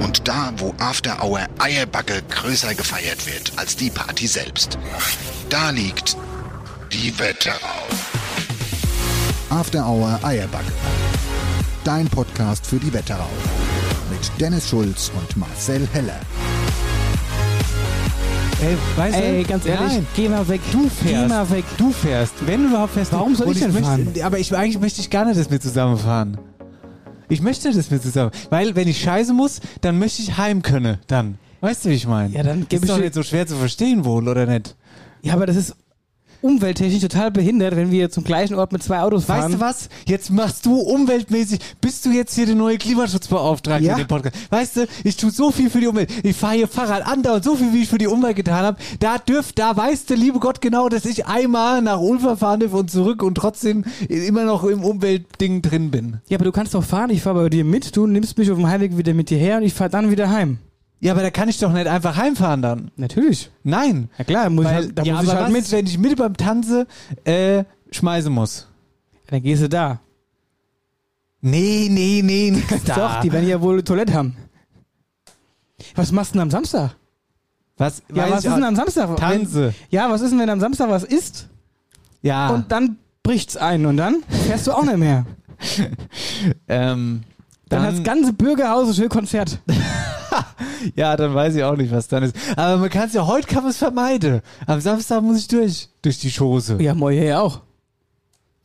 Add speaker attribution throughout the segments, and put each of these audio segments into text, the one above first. Speaker 1: Und da, wo After Hour Eierbacke größer gefeiert wird als die Party selbst. Da liegt die Wetterau.
Speaker 2: After Hour Eierbacke. Dein Podcast für die Wetterau. Mit Dennis Schulz und Marcel Heller.
Speaker 3: Ey, weißt du,
Speaker 4: Ey, ganz ehrlich,
Speaker 3: nein,
Speaker 4: geh mal weg.
Speaker 3: du fährst.
Speaker 4: Geh mal weg.
Speaker 3: Du fährst.
Speaker 4: Wenn du überhaupt fährst,
Speaker 3: Warum soll
Speaker 4: und
Speaker 3: ich denn
Speaker 4: möchte,
Speaker 3: fahren?
Speaker 4: Aber ich, eigentlich möchte ich gar nicht, dass wir zusammenfahren. Ich möchte, dass wir zusammen. Weil, wenn ich scheiße muss, dann möchte ich heim können. Dann. Weißt du, wie ich meine?
Speaker 3: Ja, dann
Speaker 4: Das
Speaker 3: geb ich
Speaker 4: Ist doch
Speaker 3: dir-
Speaker 4: nicht so schwer zu verstehen, wohl, oder nicht?
Speaker 3: Ja, aber das ist umwelttechnisch total behindert, wenn wir zum gleichen Ort mit zwei Autos fahren.
Speaker 4: Weißt du was? Jetzt machst du umweltmäßig, bist du jetzt hier der neue Klimaschutzbeauftragte
Speaker 3: Ja.
Speaker 4: in dem Podcast. Weißt du, ich tue so viel für die Umwelt. Ich fahre hier Fahrrad andauernd, so viel wie ich für die Umwelt getan habe. Da dürft, da weißt du, liebe Gott, genau, dass ich einmal nach Ulfa fahren darf und zurück und trotzdem immer noch im Umweltding drin bin.
Speaker 3: Ja, aber du kannst doch fahren, ich fahre bei dir mit, du nimmst mich auf dem Heimweg wieder mit dir her und ich fahre dann wieder heim.
Speaker 4: Ja, aber da kann ich doch nicht einfach heimfahren dann.
Speaker 3: Natürlich.
Speaker 4: Nein.
Speaker 3: Na klar, muss
Speaker 4: Weil,
Speaker 3: ich halt, da
Speaker 4: ja,
Speaker 3: muss ich
Speaker 4: aber
Speaker 3: halt
Speaker 4: was,
Speaker 3: mit.
Speaker 4: ist, wenn ich mit beim Tanze äh, schmeißen muss?
Speaker 3: Dann gehst du da.
Speaker 4: Nee, nee, nee, nix da.
Speaker 3: Doch, die werden ja wohl eine Toilette haben. Was machst du denn am Samstag?
Speaker 4: was,
Speaker 3: Ja, was
Speaker 4: weiß ich
Speaker 3: ist
Speaker 4: auch-
Speaker 3: denn am Samstag?
Speaker 4: Tanze.
Speaker 3: Wenn, ja, was ist denn, wenn am Samstag was ist
Speaker 4: Ja.
Speaker 3: und dann bricht's ein und dann fährst du auch nicht mehr.
Speaker 4: Ähm,
Speaker 3: Dann,
Speaker 4: dann,
Speaker 3: hat das ganze Bürgerhaus ein schönes Konzert.
Speaker 4: ja, dann weiß ich auch nicht, was dann ist. Aber man kann es ja, heute kann man es vermeiden. Am Samstag muss ich durch, durch die Schose.
Speaker 3: Ja, moi hier auch.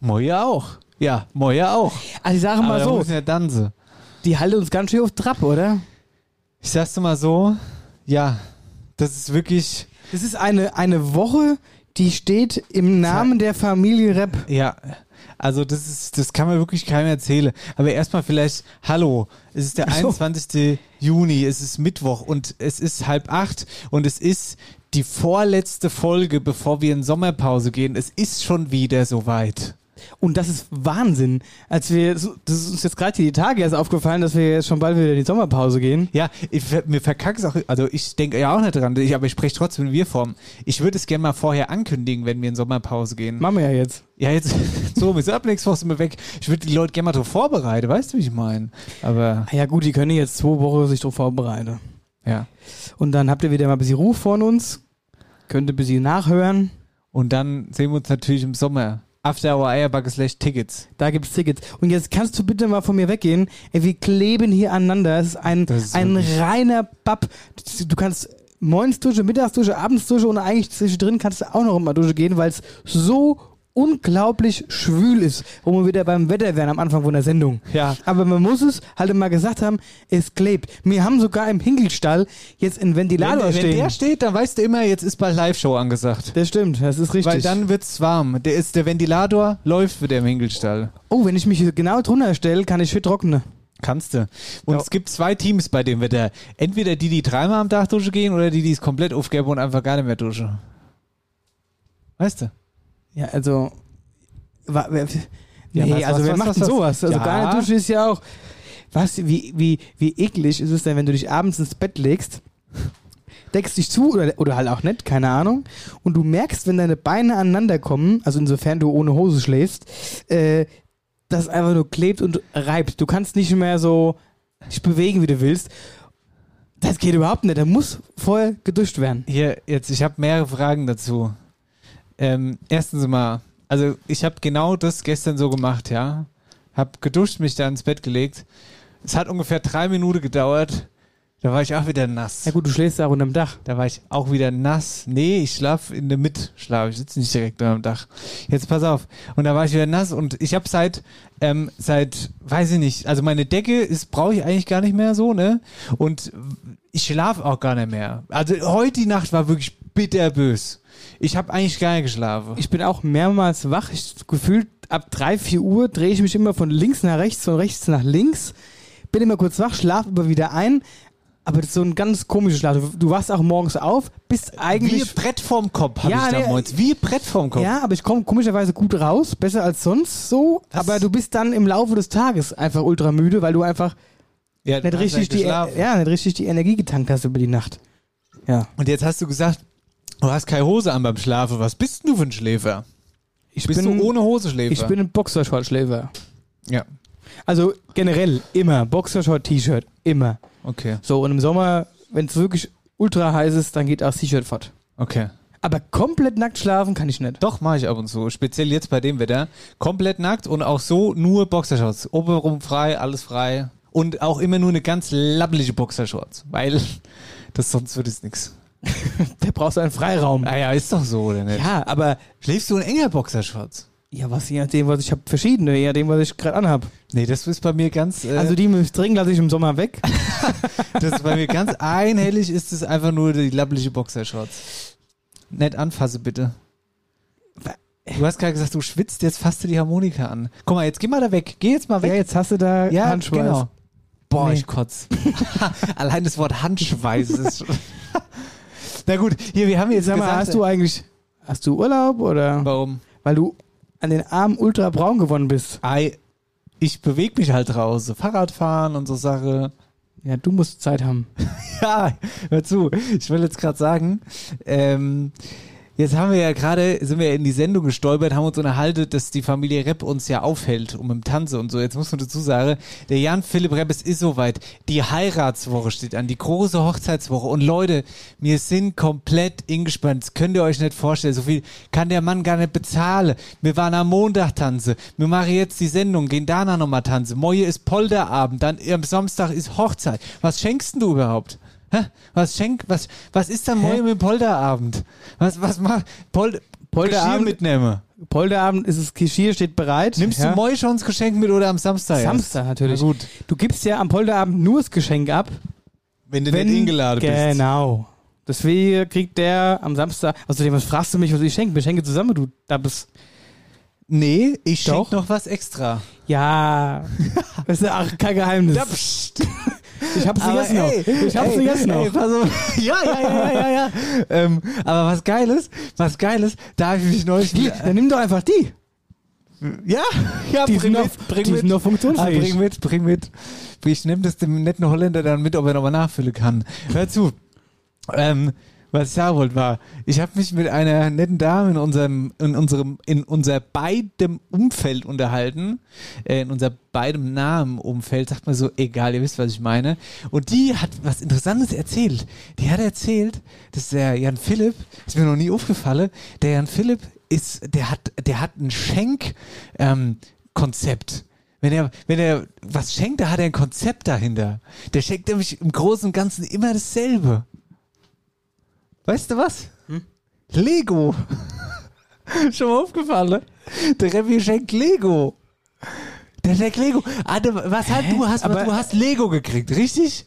Speaker 4: Moja auch. Ja, Moja auch.
Speaker 3: Also ich sage mal
Speaker 4: Aber
Speaker 3: so,
Speaker 4: Muss ja Danse.
Speaker 3: die halten uns ganz schön auf Trab, oder?
Speaker 4: Ich sag's dir mal so, ja, das ist wirklich,
Speaker 3: Das ist eine, eine Woche, die steht im Namen der Familie Rep.
Speaker 4: ja, also das ist, das kann man wirklich keinem erzählen. Aber erstmal vielleicht, hallo, es ist der
Speaker 3: Ach so.
Speaker 4: 21. Juni, es ist Mittwoch und es ist halb acht und es ist die vorletzte Folge, bevor wir in Sommerpause gehen. Es ist schon wieder soweit.
Speaker 3: Und das ist Wahnsinn. Als wir, so- das ist uns jetzt gerade die Tage erst aufgefallen, dass wir jetzt schon bald wieder in die Sommerpause gehen.
Speaker 4: Ja, ich, ver- mir verkackt es auch. Also ich denke ja auch nicht dran, ich, aber ich spreche trotzdem in Wir-Form. Ich würde es gerne mal vorher ankündigen, wenn wir in Sommerpause gehen.
Speaker 3: Machen wir ja jetzt.
Speaker 4: ja, jetzt so, ist ab nächste Woche sind wir weg. Ich würde die Leute gerne mal drauf vorbereiten, weißt du, wie ich meine? Aber
Speaker 3: Ah Ja gut, die können jetzt zwei Wochen sich drauf vorbereiten.
Speaker 4: ja.
Speaker 3: Und dann habt ihr wieder mal ein bisschen Ruf von uns. Könnt ihr ein bisschen nachhören.
Speaker 4: Und dann sehen wir uns natürlich im Sommer. After Hour Eierbacke slash Tickets.
Speaker 3: Da gibt's Tickets. Und jetzt kannst du bitte mal von mir weggehen. Ey, wir kleben hier aneinander. Es ist ein,
Speaker 4: Das ist
Speaker 3: ein
Speaker 4: wirklich-
Speaker 3: reiner Papp. Du- Du kannst morgens dusche, mittags dusche, abends dusche und eigentlich zwischendrin kannst du auch noch mal dusche gehen, weil es so unglaublich schwül ist, wo wir wieder beim Wetter wären am Anfang von der Sendung.
Speaker 4: Ja.
Speaker 3: Aber man muss es halt immer gesagt haben, es klebt. Wir haben sogar im Hinkelstall jetzt einen
Speaker 4: Wenn,
Speaker 3: Ventilator
Speaker 4: der- wenn
Speaker 3: stehen.
Speaker 4: der steht, dann weißt du immer, jetzt ist bald Live-Show angesagt.
Speaker 3: das stimmt, das ist richtig.
Speaker 4: Weil dann wird's warm. Der ist der Ventilator, läuft wieder im Hinkelstall.
Speaker 3: oh, wenn ich mich hier genau drunter stelle, kann ich schön trocknen.
Speaker 4: Kannst du. Und
Speaker 3: Ja.
Speaker 4: es gibt zwei Teams bei dem Wetter. Entweder die, die dreimal am Tag duschen gehen oder die, die es komplett aufgeben und einfach gar nicht mehr duschen. Weißt du?
Speaker 3: Ja, also. Wa, wer,
Speaker 4: Ja,
Speaker 3: nee,
Speaker 4: was-
Speaker 3: also
Speaker 4: was-
Speaker 3: wer
Speaker 4: was-
Speaker 3: macht
Speaker 4: was-
Speaker 3: denn
Speaker 4: was?
Speaker 3: sowas? Also
Speaker 4: Ja.
Speaker 3: gar nicht duschen ist ja auch. Was, wie, wie, wie eklig ist es denn, wenn du dich abends ins Bett legst, deckst dich zu oder, oder halt auch nicht, keine Ahnung, und du merkst, wenn deine Beine aneinander kommen, also insofern du ohne Hose schläfst, äh, das einfach nur klebt und reibt. Du kannst nicht mehr so dich bewegen, wie du willst. Das geht überhaupt nicht. Da muss vorher geduscht werden.
Speaker 4: Hier, jetzt, ich habe mehrere Fragen dazu. Ähm, erstens mal, also ich habe genau das gestern so gemacht, ja. Hab geduscht, mich da ins Bett gelegt. Es hat ungefähr drei Minuten gedauert, Da war ich auch wieder nass.
Speaker 3: Ja gut, du schläfst auch unterm Dach.
Speaker 4: Da war ich auch wieder nass. Nee, ich schlaf in der Mitte. Schlaf. Ich sitze nicht direkt am Dach. Jetzt pass auf. Und da war ich wieder nass und ich habe seit, ähm, seit, weiß ich nicht, also meine Decke ist brauche ich eigentlich gar nicht mehr so, ne? Und ich schlafe auch gar nicht mehr. Also heute die Nacht war wirklich bitterbös. Ich habe eigentlich gar nicht geschlafen.
Speaker 3: Ich bin auch mehrmals wach. Ich gefühlt ab 3, 4 Uhr drehe ich mich immer von links nach rechts, von rechts nach links. Bin immer kurz wach, schlafe aber wieder ein. Aber das ist so ein ganz komischer Schlaf. Du, du wachst auch morgens auf, bist
Speaker 4: wie
Speaker 3: eigentlich.
Speaker 4: Brett vorm Kopf habe
Speaker 3: Ja,
Speaker 4: ich
Speaker 3: nee,
Speaker 4: damals. Wie Brett vorm Kopf.
Speaker 3: ja, aber ich komme komischerweise gut raus, besser als sonst so. Aber du bist dann im Laufe des Tages einfach ultra müde, weil du einfach
Speaker 4: Ja,
Speaker 3: nicht
Speaker 4: hast
Speaker 3: richtig,
Speaker 4: halt
Speaker 3: die, E-
Speaker 4: geschlafen.
Speaker 3: ja, nicht richtig die Energie getankt hast über die Nacht. Ja.
Speaker 4: Und jetzt hast du gesagt, du hast keine Hose an beim Schlafen. Was bist denn du für ein Schläfer?
Speaker 3: Ich
Speaker 4: Bist
Speaker 3: bin,
Speaker 4: du ohne Hose Schläfer?
Speaker 3: ich bin ein Boxershort-Schläfer.
Speaker 4: Ja,
Speaker 3: Also generell immer. Boxershort-T-Shirt. Immer.
Speaker 4: okay,
Speaker 3: So, und im Sommer, wenn es wirklich ultra heiß ist, dann geht auch das T-Shirt fort.
Speaker 4: okay.
Speaker 3: Aber komplett nackt schlafen kann ich nicht.
Speaker 4: Doch, mache ich ab und zu. Speziell jetzt bei dem Wetter. Komplett nackt und auch so nur Boxershorts. Oberrum frei, alles frei. Und auch immer nur eine ganz labbelige Boxershorts. Weil das sonst wird es nix.
Speaker 3: Da brauchst du einen Freiraum.
Speaker 4: Naja, ist doch so, oder nicht?
Speaker 3: Ja, aber
Speaker 4: Schläfst du in enger Boxershorts?
Speaker 3: ja, was je nachdem, was ich habe, verschiedene, je nachdem, was ich gerade anhab.
Speaker 4: Nee, das ist bei mir ganz. Äh,
Speaker 3: Also die mit dem String lasse ich im Sommer weg.
Speaker 4: Das ist bei mir ganz einhellig ist es einfach nur die labbliche Boxershorts. Nett anfasse, bitte. Du hast gerade gesagt, du schwitzt, jetzt fasst du die Harmonika an. Guck mal, jetzt geh mal da weg. Geh jetzt mal weg.
Speaker 3: Ja, jetzt hast du da Handschweiß.
Speaker 4: Boah,
Speaker 3: Nee.
Speaker 4: ich kotz. genau. Allein das Wort Handschweiß ist. Na gut, hier, wir haben jetzt
Speaker 3: Sag mal,
Speaker 4: gesagt, äh,
Speaker 3: hast du eigentlich, hast du Urlaub oder?
Speaker 4: warum?
Speaker 3: Weil du an den Armen ultra braun geworden bist.
Speaker 4: Ei, ich bewege mich halt draußen. Fahrradfahren und so Sache.
Speaker 3: Ja, du musst Zeit haben.
Speaker 4: Ja, hör zu. Ich will jetzt gerade sagen, ähm, jetzt haben wir ja gerade, sind wir ja in die Sendung gestolpert, haben uns unterhalten, dass die Familie Repp uns ja aufhält und mit dem Tanze und so. Jetzt muss man dazu sagen, der Jan Philipp Repp, es ist soweit. Die Heiratswoche steht an, die große Hochzeitswoche. Und Leute, wir sind komplett ingespannt. Das könnt ihr euch nicht vorstellen. So viel kann der Mann gar nicht bezahlen. Wir waren am Montag tanze. Wir machen jetzt die Sendung, gehen danach nochmal tanze. Moje ist Polderabend, dann am Samstag ist Hochzeit. Was schenkst denn du überhaupt? Hä? Was schenk, was, was ist dann morgen mit dem Polderabend? Was, was mach, Pol
Speaker 3: Polderabend-
Speaker 4: Geschirr mitnehme.
Speaker 3: Polderabend ist es Geschirr, steht bereit.
Speaker 4: Nimmst
Speaker 3: ja.
Speaker 4: du Moi schon das Geschenk mit oder am Samstag? erst?
Speaker 3: Samstag natürlich.
Speaker 4: Na gut.
Speaker 3: Du gibst ja am Polderabend nur das Geschenk ab,
Speaker 4: Wenn du
Speaker 3: wenn
Speaker 4: nicht eingeladen bist.
Speaker 3: Genau. Deswegen kriegt der am Samstag. Außerdem, was fragst du mich, was ich schenke? Wir schenken zusammen, du da bist.
Speaker 4: Nee, ich
Speaker 3: Doch.
Speaker 4: schenk noch was extra.
Speaker 3: Ja. Das ist ach, kein Geheimnis. Ich hab's
Speaker 4: Aber
Speaker 3: vergessen noch.
Speaker 4: ey,
Speaker 3: Ich hab's
Speaker 4: ey,
Speaker 3: vergessen
Speaker 4: ey,
Speaker 3: noch.
Speaker 4: pass auf. Ja, ja, ja, ja, ja. ja. ähm, aber was Geiles, was Geiles, da habe ich mich neulich...
Speaker 3: Hier, dann nimm doch einfach die.
Speaker 4: Ja, ja,
Speaker 3: Die sind
Speaker 4: bring
Speaker 3: noch-
Speaker 4: mit, bring
Speaker 3: die
Speaker 4: mit.
Speaker 3: sind noch funktionsfähig.
Speaker 4: Ah, bring mit, bring mit. Ich nehme das dem netten Holländer dann mit, ob er nochmal nachfüllen kann. Hör zu. Ähm, was ich sagen wollte war, ich habe mich mit einer netten Dame in unserem, in unserem, in unser beidem Umfeld unterhalten, äh, in unser beidem Namen Umfeld, sagt man so, egal, ihr wisst, was ich meine. Und die hat was Interessantes erzählt. Die hat erzählt, dass der Jan Philipp, ist mir noch nie aufgefallen, der Jan Philipp ist, der hat, der hat ein Schenk, ähm, Konzept. Wenn er, wenn er was schenkt, da hat er ein Konzept dahinter. Der schenkt nämlich im Großen und Ganzen immer dasselbe. Weißt du was? Lego. Hm? Schon mal aufgefallen, ne? Der Remy schenkt Lego. Der schenkt Lego. An dem, was hat, du, hast,
Speaker 3: Aber-
Speaker 4: du hast Lego gekriegt, richtig?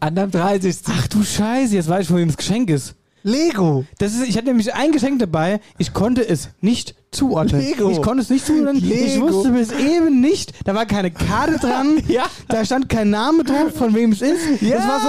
Speaker 4: An dem 30.
Speaker 3: Ach du Scheiße, jetzt weiß ich, von wem das Geschenk ist.
Speaker 4: Lego.
Speaker 3: Das ist, ich hatte nämlich ein Geschenk dabei, ich konnte es nicht zuordnen.
Speaker 4: Lego.
Speaker 3: Ich konnte es nicht zuordnen. Ich
Speaker 4: Lego.
Speaker 3: wusste bis eben nicht. Da war keine Karte dran.
Speaker 4: Ja.
Speaker 3: Da stand kein Name drauf, von wem es ist.
Speaker 4: Ja.
Speaker 3: Das war so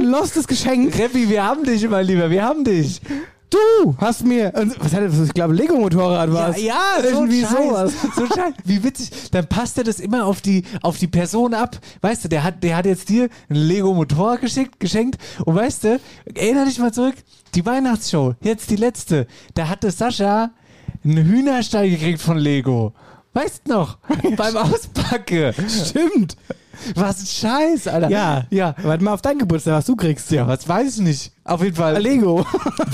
Speaker 3: ein lostes Geschenk.
Speaker 4: Remy, wir haben dich, mein Lieber, wir haben dich.
Speaker 3: Du hast mir. und Was hat das? Ich glaube, Lego-Motorrad war es.
Speaker 4: Ja, ja
Speaker 3: Irgendwie
Speaker 4: so ein Scheiß.
Speaker 3: sowas.
Speaker 4: So ein Scheiß. Wie witzig. Dann passt er das immer auf die, auf die Person ab. Weißt du, der hat, der hat jetzt dir ein Lego Motorrad geschickt, geschenkt. Und weißt du, erinnere dich mal zurück, die Weihnachtsshow, jetzt die letzte. Da hatte Sascha einen Hühnerstall gekriegt von Lego. Weißt noch? beim Auspacke.
Speaker 3: Stimmt.
Speaker 4: Was ein Scheiß, Alter.
Speaker 3: Ja,
Speaker 4: Ja.
Speaker 3: Warte mal auf deinen Geburtstag, was du kriegst.
Speaker 4: Ja, was weiß ich nicht. Auf jeden Fall.
Speaker 3: Lego.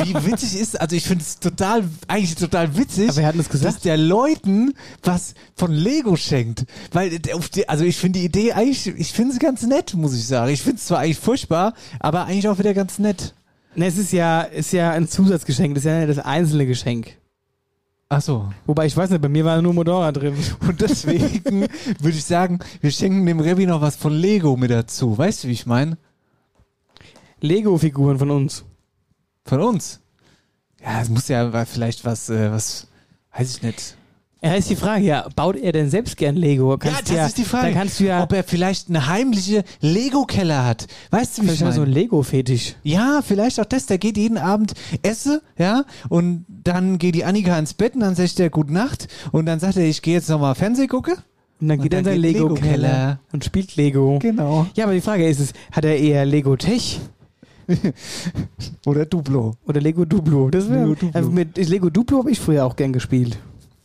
Speaker 4: Wie witzig ist, also ich finde es total, eigentlich total witzig,
Speaker 3: Aber wir hatten es gesagt.
Speaker 4: dass der Leuten was von Lego schenkt. Weil, äh, auf die, also ich finde die Idee eigentlich, ich finde sie ganz nett, muss ich sagen. Ich finde es zwar eigentlich furchtbar, aber eigentlich auch wieder ganz nett.
Speaker 3: Ne, es ist ja, ist ja ein Zusatzgeschenk, das ist ja nicht das einzelne Geschenk.
Speaker 4: Ach so.
Speaker 3: Wobei, ich weiß nicht, bei mir war nur Motorrad drin.
Speaker 4: Und deswegen würde ich sagen, wir schenken dem Rebbi noch was von Lego mit dazu. Weißt du, wie ich meine?
Speaker 3: Lego-Figuren von uns.
Speaker 4: Von uns. Ja, es muss ja vielleicht was, äh, was, weiß ich nicht.
Speaker 3: Ja, ist die Frage, ja, baut er denn selbst gern Lego?
Speaker 4: Ja, das ist die Frage.
Speaker 3: Da kannst du ja
Speaker 4: ob er vielleicht eine heimliche Lego-Keller hat. Weißt du, wie ich
Speaker 3: vielleicht mal
Speaker 4: meine?
Speaker 3: so ein Lego-Fetisch.
Speaker 4: ja, vielleicht auch das. Der geht jeden Abend esse, ja, und dann geht die Annika ins Bett und dann sagt der Gute Nacht und dann sagt er, ich gehe jetzt nochmal Fernseh gucke.
Speaker 3: Und dann
Speaker 4: Und
Speaker 3: geht er in
Speaker 4: dann
Speaker 3: seinen
Speaker 4: geht
Speaker 3: Lego-Keller
Speaker 4: Lego-Keller.
Speaker 3: und spielt Lego.
Speaker 4: Genau.
Speaker 3: Ja, aber die Frage ist, es, hat er eher Lego-Tech
Speaker 4: Oder Duplo.
Speaker 3: oder Lego-Duplo? Das wär,
Speaker 4: Lego Duplo.
Speaker 3: Also mit Lego-Duplo habe ich früher auch gern gespielt.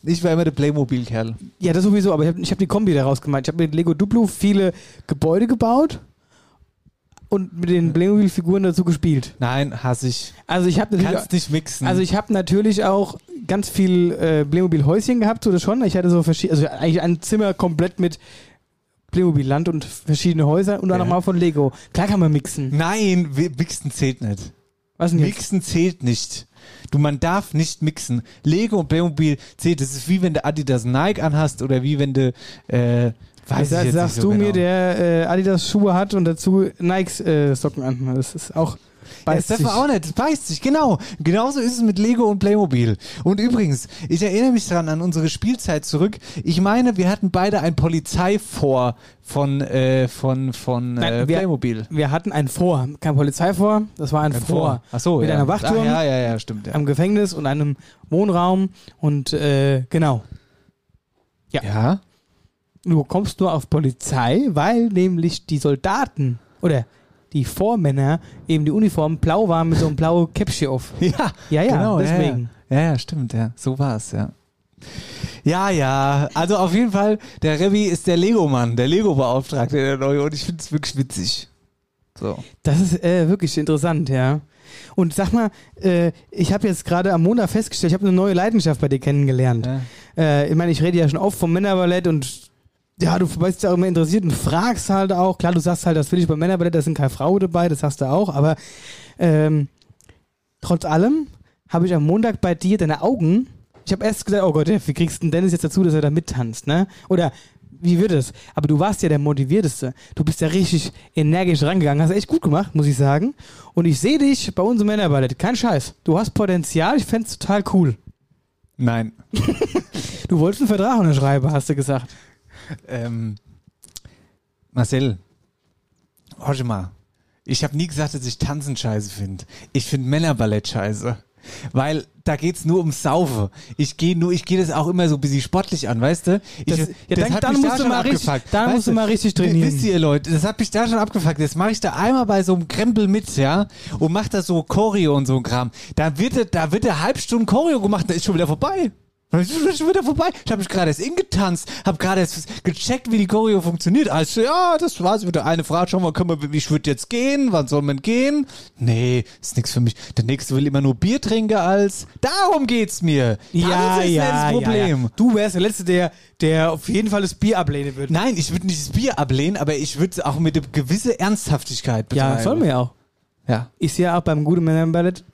Speaker 4: Ich war immer der Playmobil-Kerl.
Speaker 3: Ja, das sowieso, aber ich habe ich hab die Kombi daraus gemacht. Ich habe mit Lego Duplo viele Gebäude gebaut und mit den Playmobil-Figuren dazu gespielt.
Speaker 4: Nein, hasse ich.
Speaker 3: Also ich habe natürlich,
Speaker 4: Kannst nicht mixen.
Speaker 3: also ich hab natürlich auch ganz viel äh, Playmobil-Häuschen gehabt, so das schon. Ich hatte so verschiedene, also eigentlich ein Zimmer komplett mit Playmobil-Land und verschiedene Häuser und dann
Speaker 4: Ja.
Speaker 3: nochmal von Lego. Klar kann man mixen.
Speaker 4: Nein, wi- mixen zählt nicht.
Speaker 3: Was denn jetzt?
Speaker 4: Mixen zählt nicht. Du, man darf nicht mixen. Lego und Playmobil zählt. Das ist wie wenn du Adidas Nike anhast oder wie wenn du, äh, weiß
Speaker 3: Sa-
Speaker 4: ich jetzt
Speaker 3: sagst
Speaker 4: nicht so
Speaker 3: du
Speaker 4: genau.
Speaker 3: mir, der äh, Adidas Schuhe hat und dazu Nikes äh, Socken an. Das ist auch
Speaker 4: das
Speaker 3: beißt
Speaker 4: darf man
Speaker 3: sich.
Speaker 4: auch nicht. Das beißt sich, genau. Genauso ist es mit Lego und Playmobil. Und übrigens, ich erinnere mich daran an unsere Spielzeit zurück. Ich meine, wir hatten beide ein Polizeifor von, äh, von, von äh,
Speaker 3: Nein, wir-
Speaker 4: Playmobil.
Speaker 3: Wir hatten ein Vor, kein Polizei vor, das war ein, Vor.
Speaker 4: Ach so,
Speaker 3: Mit
Speaker 4: ja.
Speaker 3: einer Wachturm.
Speaker 4: Ach, ja, ja, ja, stimmt. Ja.
Speaker 3: Am Gefängnis und einem Wohnraum und äh, genau.
Speaker 4: ja.
Speaker 3: Du kommst nur auf Polizei, weil nämlich die Soldaten oder die Vormänner eben die Uniform blau waren mit so einem blauen Käppchen auf.
Speaker 4: Ja,
Speaker 3: Ja, Genau, ja, deswegen.
Speaker 4: Ja, ja, ja stimmt, ja. So war's, ja. Ja, ja. Also auf jeden Fall, der Rebbi ist der Lego-Mann, der Lego-Beauftragte der neue und ich find's wirklich witzig. So.
Speaker 3: Das ist äh, wirklich interessant, ja. Und sag mal, äh, ich habe jetzt gerade am Montag festgestellt, ich habe eine neue Leidenschaft bei dir kennengelernt.
Speaker 4: Ja.
Speaker 3: Äh, ich meine, ich rede ja schon oft vom Männerballett und ja, du bist ja auch immer interessiert und fragst halt auch. Klar, du sagst halt, das will ich beim Männerballett, da sind keine Frauen dabei, das sagst du auch, aber ähm, trotz allem habe ich am Montag bei dir deine Augen. Ich habe erst gedacht, oh Gott, wie kriegst du denn Dennis jetzt dazu, dass er da mittanzt, ne? Oder wie wird es? Aber du warst ja der motivierteste. Du bist ja richtig energisch rangegangen, hast echt gut gemacht, muss ich sagen. Und ich sehe dich bei uns im Männerballett. Kein Scheiß. Du hast Potenzial, ich fänd's total cool.
Speaker 4: Nein.
Speaker 3: Du wolltest einen Vertrag unterschreiben, hast du gesagt.
Speaker 4: Ähm, Marcel, hör mal. Ich habe nie gesagt, dass ich Tanzen scheiße finde. Ich finde Männerballett scheiße. Weil da geht's nur ums Saufe. Ich gehe nur, ich gehe das auch immer so ein bisschen sportlich an, weißt du? Ich,
Speaker 3: Das- ja, dann-
Speaker 4: hat
Speaker 3: dann
Speaker 4: mich
Speaker 3: musst du
Speaker 4: schon
Speaker 3: mal richtig-
Speaker 4: abgefuckt.
Speaker 3: dann musst du mal richtig trainieren.
Speaker 4: Wisst ihr, Leute, das hat mich da schon abgefuckt. Jetzt mache ich da einmal bei so einem Krempel mit, ja, und mach da so Choreo und so ein Kram. Da wird der- da wird der Halbstunden Choreo gemacht, da ist schon wieder vorbei. Da Ist schon wieder vorbei. Ich habe mich gerade erst ingetanzt, habe gerade erst gecheckt, wie die Choreo funktioniert. Also ja, das war's wieder eine Frage. Schau mal, können wir, ich würde jetzt gehen. Wann soll man gehen? Nee, ist nichts für mich. Der nächste will immer nur Bier trinken als. Darum geht's mir. das ist das Problem.
Speaker 3: Du wärst der Letzte, der, der auf jeden Fall das Bier ablehnen würde.
Speaker 4: Nein, ich würde nicht das Bier ablehnen, aber ich würde es auch mit einer gewissen Ernsthaftigkeit betreiben.
Speaker 3: ja, soll man ja auch.
Speaker 4: Ja.
Speaker 3: Ist ja auch beim guten Männerballett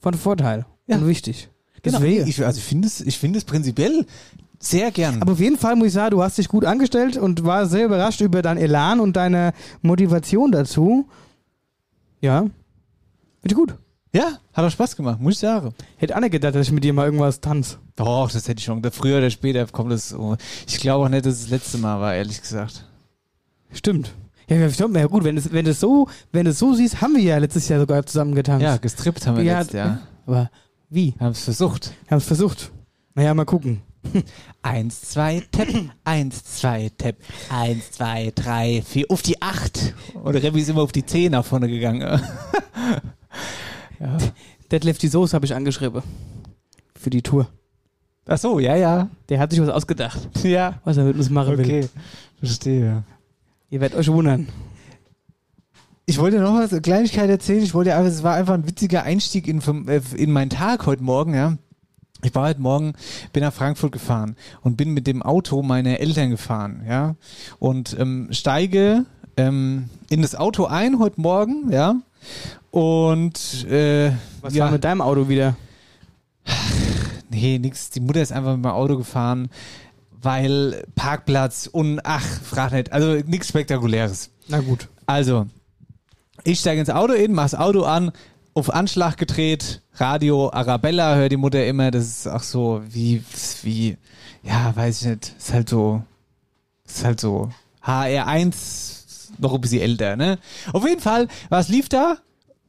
Speaker 3: von Vorteil
Speaker 4: Ja.
Speaker 3: und wichtig.
Speaker 4: Genau.
Speaker 3: Deswegen.
Speaker 4: Ich, also ich finde es, ich finde es prinzipiell sehr gern.
Speaker 3: aber auf jeden Fall muss ich sagen, du hast dich gut angestellt und war sehr überrascht über deinen Elan und deine Motivation dazu. Ja. Finde ich gut.
Speaker 4: ja, hat auch Spaß gemacht, muss ich sagen.
Speaker 3: Hätte Anne gedacht, dass ich mit dir mal irgendwas tanze.
Speaker 4: Doch, das hätte ich schon. Früher oder später kommt das. Oh, ich glaube auch nicht, dass es das letzte Mal war, ehrlich gesagt.
Speaker 3: Stimmt. Ja, ja, stimmt. ja gut, wenn du es wenn das so, wenn das so siehst, haben wir ja letztes Jahr sogar zusammen getanzt.
Speaker 4: Ja, gestrippt haben wir
Speaker 3: Ja,
Speaker 4: letztes Jahr.
Speaker 3: Aber wie?
Speaker 4: Haben es versucht.
Speaker 3: Wir haben es versucht. Naja, mal gucken.
Speaker 4: Eins, zwei, Tap, eins, zwei, Tap, eins, zwei, drei, vier, auf die acht. Und Remy ist immer auf die zehn nach vorne gegangen.
Speaker 3: Deadlift die Soße habe ich angeschrieben. Für die Tour.
Speaker 4: Ach so, ja, ja.
Speaker 3: Der hat sich was ausgedacht,
Speaker 4: Ja.
Speaker 3: was er mit uns machen will.
Speaker 4: Okay, verstehe.
Speaker 3: Ihr werdet euch wundern.
Speaker 4: Ich wollte noch was, eine Kleinigkeit erzählen. Ich wollte einfach, es war einfach ein witziger Einstieg in, äh, in meinen Tag heute Morgen, ja. Ich war heute Morgen, bin nach Frankfurt gefahren und bin mit dem Auto meiner Eltern gefahren, ja. Und ähm, steige ähm, in das Auto ein heute Morgen, ja. Und äh,
Speaker 3: Was
Speaker 4: ja,
Speaker 3: war mit deinem Auto wieder?
Speaker 4: nee, nix. Die Mutter ist einfach mit meinem Auto gefahren, weil Parkplatz und ach, frag nicht. Also nichts Spektakuläres.
Speaker 3: Na gut.
Speaker 4: Also, ich steige ins Auto in, mach's Auto an, auf Anschlag gedreht, Radio Arabella hört die Mutter immer, das ist auch so wie, wie, ja, weiß ich nicht, ist halt so, ist halt so HR1, noch ein bisschen älter, ne? Auf jeden Fall, was lief da?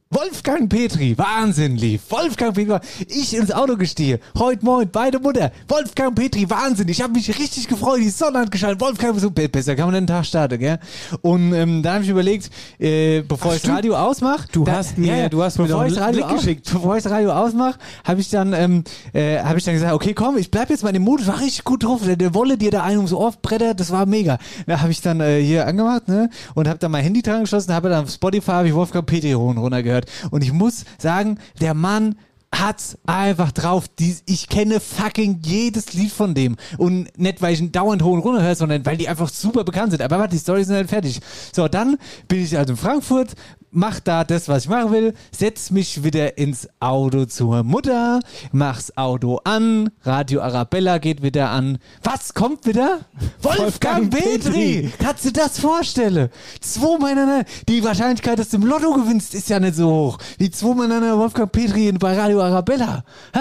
Speaker 4: Wolfgang Petri, Wahnsinn lief. Wolfgang Petri, ich ins Auto gestehe. Heute Morgen, beide Mutter. Wolfgang Petri, Wahnsinn. Ich habe mich richtig gefreut. Die Sonne hat geschaltet. Wolfgang, so be- besser kann man den Tag starten, gell? Und ähm, da habe ich überlegt, äh, bevor ich das Radio ausmache,
Speaker 3: Du
Speaker 4: da-
Speaker 3: hast mir- du hast mir doch
Speaker 4: bevor
Speaker 3: einen
Speaker 4: ich das Radio
Speaker 3: Link
Speaker 4: geschickt. Bevor ich das Radio ausmache, habe ich dann, ähm, äh, habe ich dann gesagt, okay, komm, ich bleib jetzt mal im Mut. Ich war richtig gut drauf. Der, der Wolle dir da einen ums Ohr brettert, das war mega. Da habe ich dann äh, hier angemacht, ne? Und habe dann mein Handy dran geschossen, habe dann auf Spotify hab ich Wolfgang Petri hoch- runtergehört. Und ich muss sagen, der Mann hat's einfach drauf. Die, ich kenne fucking jedes Lied von dem. Und nicht, weil ich einen dauernd hohen runter höre, sondern weil die einfach super bekannt sind. Aber warte, die Storys sind halt fertig. So, dann bin ich also in Frankfurt, mach da das, was ich machen will, setz mich wieder ins Auto zur Mutter, mach's Auto an, Radio Arabella geht wieder an. Was kommt wieder? Wolfgang,
Speaker 3: Wolfgang
Speaker 4: Petri!
Speaker 3: Petri.
Speaker 4: Kannst du das vorstellen? Zwei Männer, die Wahrscheinlichkeit, dass du im Lotto gewinnst, ist ja nicht so hoch. Wie zwei Männer Wolfgang Petri in- bei Radio Arabella. Hä?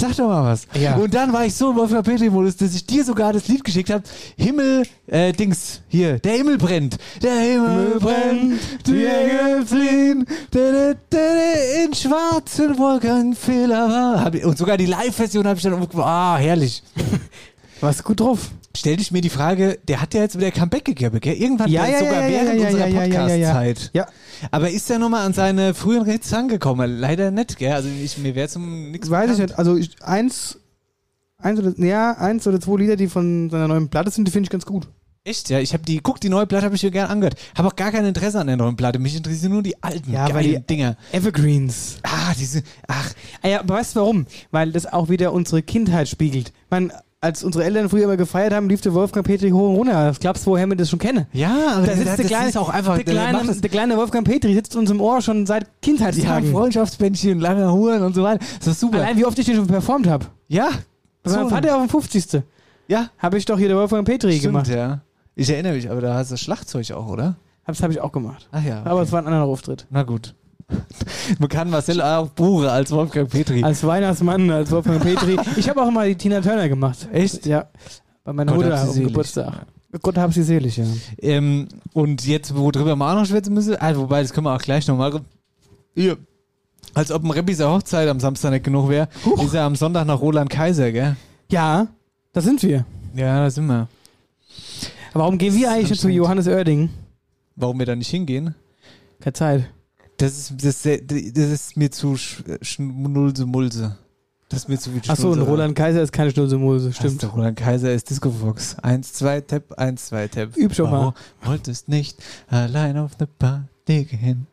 Speaker 4: Sag doch mal was.
Speaker 3: Ja.
Speaker 4: Und dann war ich so im Wolfgang Petri-Modus, dass ich dir sogar das Lied geschickt habe. Himmel, äh, Dings, hier, der Himmel brennt. Der Himmel
Speaker 3: Himmel
Speaker 4: brennt, die Engel fliehen, da, da, da, da, in schwarzen Wolken Fehler war. Hab ich- Und sogar die Live-Version habe ich dann umgebracht. Ah, herrlich.
Speaker 3: Warst gut drauf.
Speaker 4: Stell dich mir die Frage, der hat ja jetzt wieder Comeback gegeben, gell? Irgendwann
Speaker 3: Ja,
Speaker 4: der
Speaker 3: ja,
Speaker 4: sogar
Speaker 3: ja, ja,
Speaker 4: während
Speaker 3: ja, ja,
Speaker 4: unserer
Speaker 3: ja, ja, ja.
Speaker 4: Podcast-Zeit.
Speaker 3: Ja.
Speaker 4: Aber ist er nochmal an seine früheren Hits angekommen? Leider nicht, gell? Also ich, mir wäre zum nichts
Speaker 3: Weiß ich nicht. Also ich, eins, eins oder ja, eins oder zwei Lieder, die von seiner neuen Platte sind, die finde ich ganz gut.
Speaker 4: Echt, ja. Ich habe die, guck, die neue Platte habe ich mir gern angehört. Habe auch gar kein Interesse an der neuen Platte. Mich interessieren nur die alten,
Speaker 3: Ja, weil
Speaker 4: geilen
Speaker 3: die-
Speaker 4: Dinger.
Speaker 3: Evergreens.
Speaker 4: Ah, diese, ach,
Speaker 3: Ah ja, aber weißt du warum? Weil das auch wieder unsere Kindheit spiegelt. Ich meine, als unsere Eltern früher immer gefeiert haben, lief der Wolfgang Petri hoch und runter. Das glaubst du, woher wir das schon kennen?
Speaker 4: ja, aber
Speaker 3: Da sitzt der kleine,
Speaker 4: ist auch einfach,
Speaker 3: der, kleine, der kleine Wolfgang Petri sitzt uns im Ohr schon seit
Speaker 4: ja,
Speaker 3: Kindheitstagen.
Speaker 4: Freundschaftsbändchen, lange Huren und so weiter. Das ist super.
Speaker 3: Allein wie oft ich den schon performt habe.
Speaker 4: ja,
Speaker 3: Bei meinem Vater auf dem 50.
Speaker 4: ja,
Speaker 3: habe ich doch hier der Wolfgang Petri
Speaker 4: stimmt,
Speaker 3: gemacht.
Speaker 4: ja. Ich erinnere mich, aber da hast du das Schlagzeug auch, oder?
Speaker 3: Das habe ich auch gemacht.
Speaker 4: Ach ja.
Speaker 3: Aber es war ein anderer Auftritt.
Speaker 4: Na gut. Man kann Marcel auch Bure als Wolfgang Petri.
Speaker 3: Als Weihnachtsmann, als Wolfgang Petri. Ich habe auch mal die Tina Turner gemacht.
Speaker 4: Echt?
Speaker 3: Ja. Bei meiner
Speaker 4: Gott
Speaker 3: Mutter
Speaker 4: hab sie
Speaker 3: am
Speaker 4: selig.
Speaker 3: Geburtstag. Gott hab sie selig, ja.
Speaker 4: Ähm, und jetzt, worüber man auch noch schwätzen müssen, ah, wobei, das können wir auch gleich noch machen. Ja. Als ob ein Reppiser Hochzeit am Samstag nicht genug wäre, ist er am Sonntag nach Roland Kaiser, gell?
Speaker 3: Ja, da sind wir.
Speaker 4: Ja, da sind wir.
Speaker 3: Aber warum gehen wir eigentlich zu
Speaker 4: anstrengend.
Speaker 3: Johannes Oerding?
Speaker 4: Warum wir da nicht hingehen?
Speaker 3: Keine Zeit.
Speaker 4: Das ist, das, ist sehr- das ist mir zu sch- Schnulse Mulse. Das ist mir zu viel
Speaker 3: Achso, und
Speaker 4: Schnulse.
Speaker 3: Roland Kaiser ist keine Schnulsemulse,
Speaker 4: Stimmt.
Speaker 3: stimmt.
Speaker 4: Der Roland Kaiser ist Discofox. Eins, zwei, Tap, eins, zwei, Tap.
Speaker 3: Üb schon mal.
Speaker 4: Warum wolltest nicht allein auf eine Party gehen?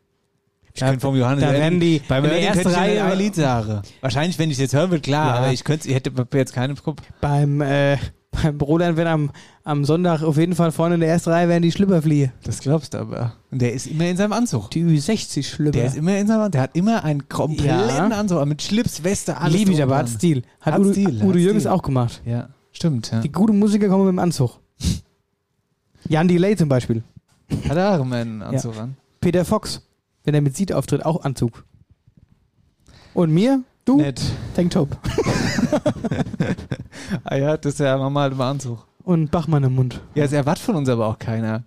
Speaker 4: Ich
Speaker 3: Ja,
Speaker 4: könnte vom Johannes
Speaker 3: da werden die-
Speaker 4: bei
Speaker 3: in
Speaker 4: mir
Speaker 3: der ersten
Speaker 4: erste
Speaker 3: Reihe-
Speaker 4: Reihe ein Lied sagen. Wahrscheinlich, wenn ich jetzt hören würde, klar,
Speaker 3: Ja.
Speaker 4: aber ich könnte, ich hätte jetzt keinen im Kopf.
Speaker 3: Beim, äh, beim Roland werden am, am Sonntag auf jeden Fall vorne in der ersten Reihe werden die Schlüpperfliehe.
Speaker 4: Das glaubst du aber. Und der ist immer in seinem Anzug.
Speaker 3: Die Ü60-Schlüpper.
Speaker 4: Der ist immer in seinem Anzug. Der hat immer einen kompletten
Speaker 3: Ja.
Speaker 4: Anzug, mit Schlips, Weste, alles.
Speaker 3: Liebe ich,
Speaker 4: drum
Speaker 3: aber
Speaker 4: dran.
Speaker 3: hat Stil. Hat,
Speaker 4: Hat
Speaker 3: Udo,
Speaker 4: Stil, hat
Speaker 3: Udo Jürgens
Speaker 4: Stil.
Speaker 3: auch gemacht.
Speaker 4: Ja, stimmt. Ja.
Speaker 3: Die guten Musiker kommen mit dem Anzug. Jan Delay zum Beispiel.
Speaker 4: Hat er auch immer einen Anzug an.
Speaker 3: Peter Fox, wenn er mit Seed auftritt, auch Anzug. Und mir, du,
Speaker 4: Nett.
Speaker 3: Tanktop.
Speaker 4: Ah ja, das ist ja normal im Anzug.
Speaker 3: Und Bachmann im Mund.
Speaker 4: Ja, das erwartet von uns aber auch keiner.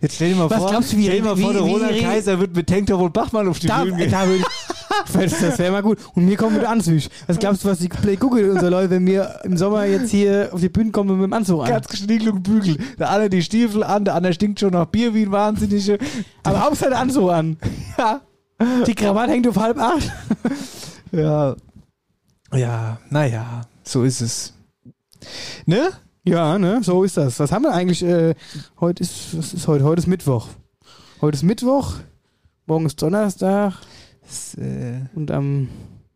Speaker 4: Jetzt stell dir mal
Speaker 3: Was
Speaker 4: vor,
Speaker 3: glaubst du, wie-
Speaker 4: stell dir mal
Speaker 3: wie-
Speaker 4: vor, der
Speaker 3: wie-
Speaker 4: Roland
Speaker 3: wie-
Speaker 4: Kaiser wird mit Tanktop und Bachmann auf die
Speaker 3: Da,
Speaker 4: Bühne gehen.
Speaker 3: da würde ich. Das wäre mal gut. Und mir kommt mit Anzug. Was glaubst du, was die Play Google unsere Leute, wenn wir im Sommer jetzt hier auf die Bühne kommen und mit dem Anzug an?
Speaker 4: Ganz geschniegelt und bügel. Der eine die Stiefel an, der andere stinkt schon nach Bier wie ein Wahnsinniger.
Speaker 3: Aber Hauptsache der Anzug an.
Speaker 4: Ja.
Speaker 3: Die Krawatte hängt auf halb acht.
Speaker 4: Ja. Ja, naja, so ist es. Ne?
Speaker 3: Ja, ne, so ist das. Was haben wir eigentlich? Äh, heute ist, was ist heute? Heute ist Mittwoch. Heute ist Mittwoch, morgen ist Donnerstag
Speaker 4: Das, äh,
Speaker 3: und am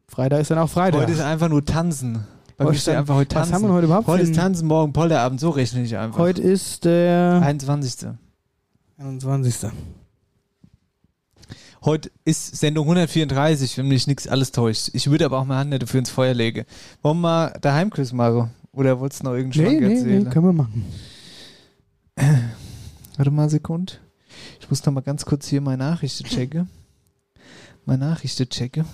Speaker 3: Freitag ist dann auch Freitag.
Speaker 4: heute ist einfach nur tanzen. Bei
Speaker 3: Heute
Speaker 4: mir steht
Speaker 3: ist-
Speaker 4: einfach heute
Speaker 3: was
Speaker 4: tanzen.
Speaker 3: haben wir denn heute überhaupt
Speaker 4: Heute
Speaker 3: für
Speaker 4: ist
Speaker 3: ein-
Speaker 4: tanzen, morgen Polterabend. So rechne ich einfach.
Speaker 3: Heute ist der
Speaker 4: 21.
Speaker 3: 21.
Speaker 4: Heute ist Sendung 134, wenn mich nichts alles täuscht. Ich würde aber auch meine Hand dafür ins Feuer legen. Wollen wir mal daheim Quiz machen? Oder wolltest du noch irgendeinen
Speaker 3: Nee,
Speaker 4: Schwank
Speaker 3: nee, nee,
Speaker 4: erzählen?
Speaker 3: können wir machen.
Speaker 4: Warte mal eine Sekunde. Ich muss noch mal ganz kurz hier meine Nachrichten checken. Meine Nachrichten checken.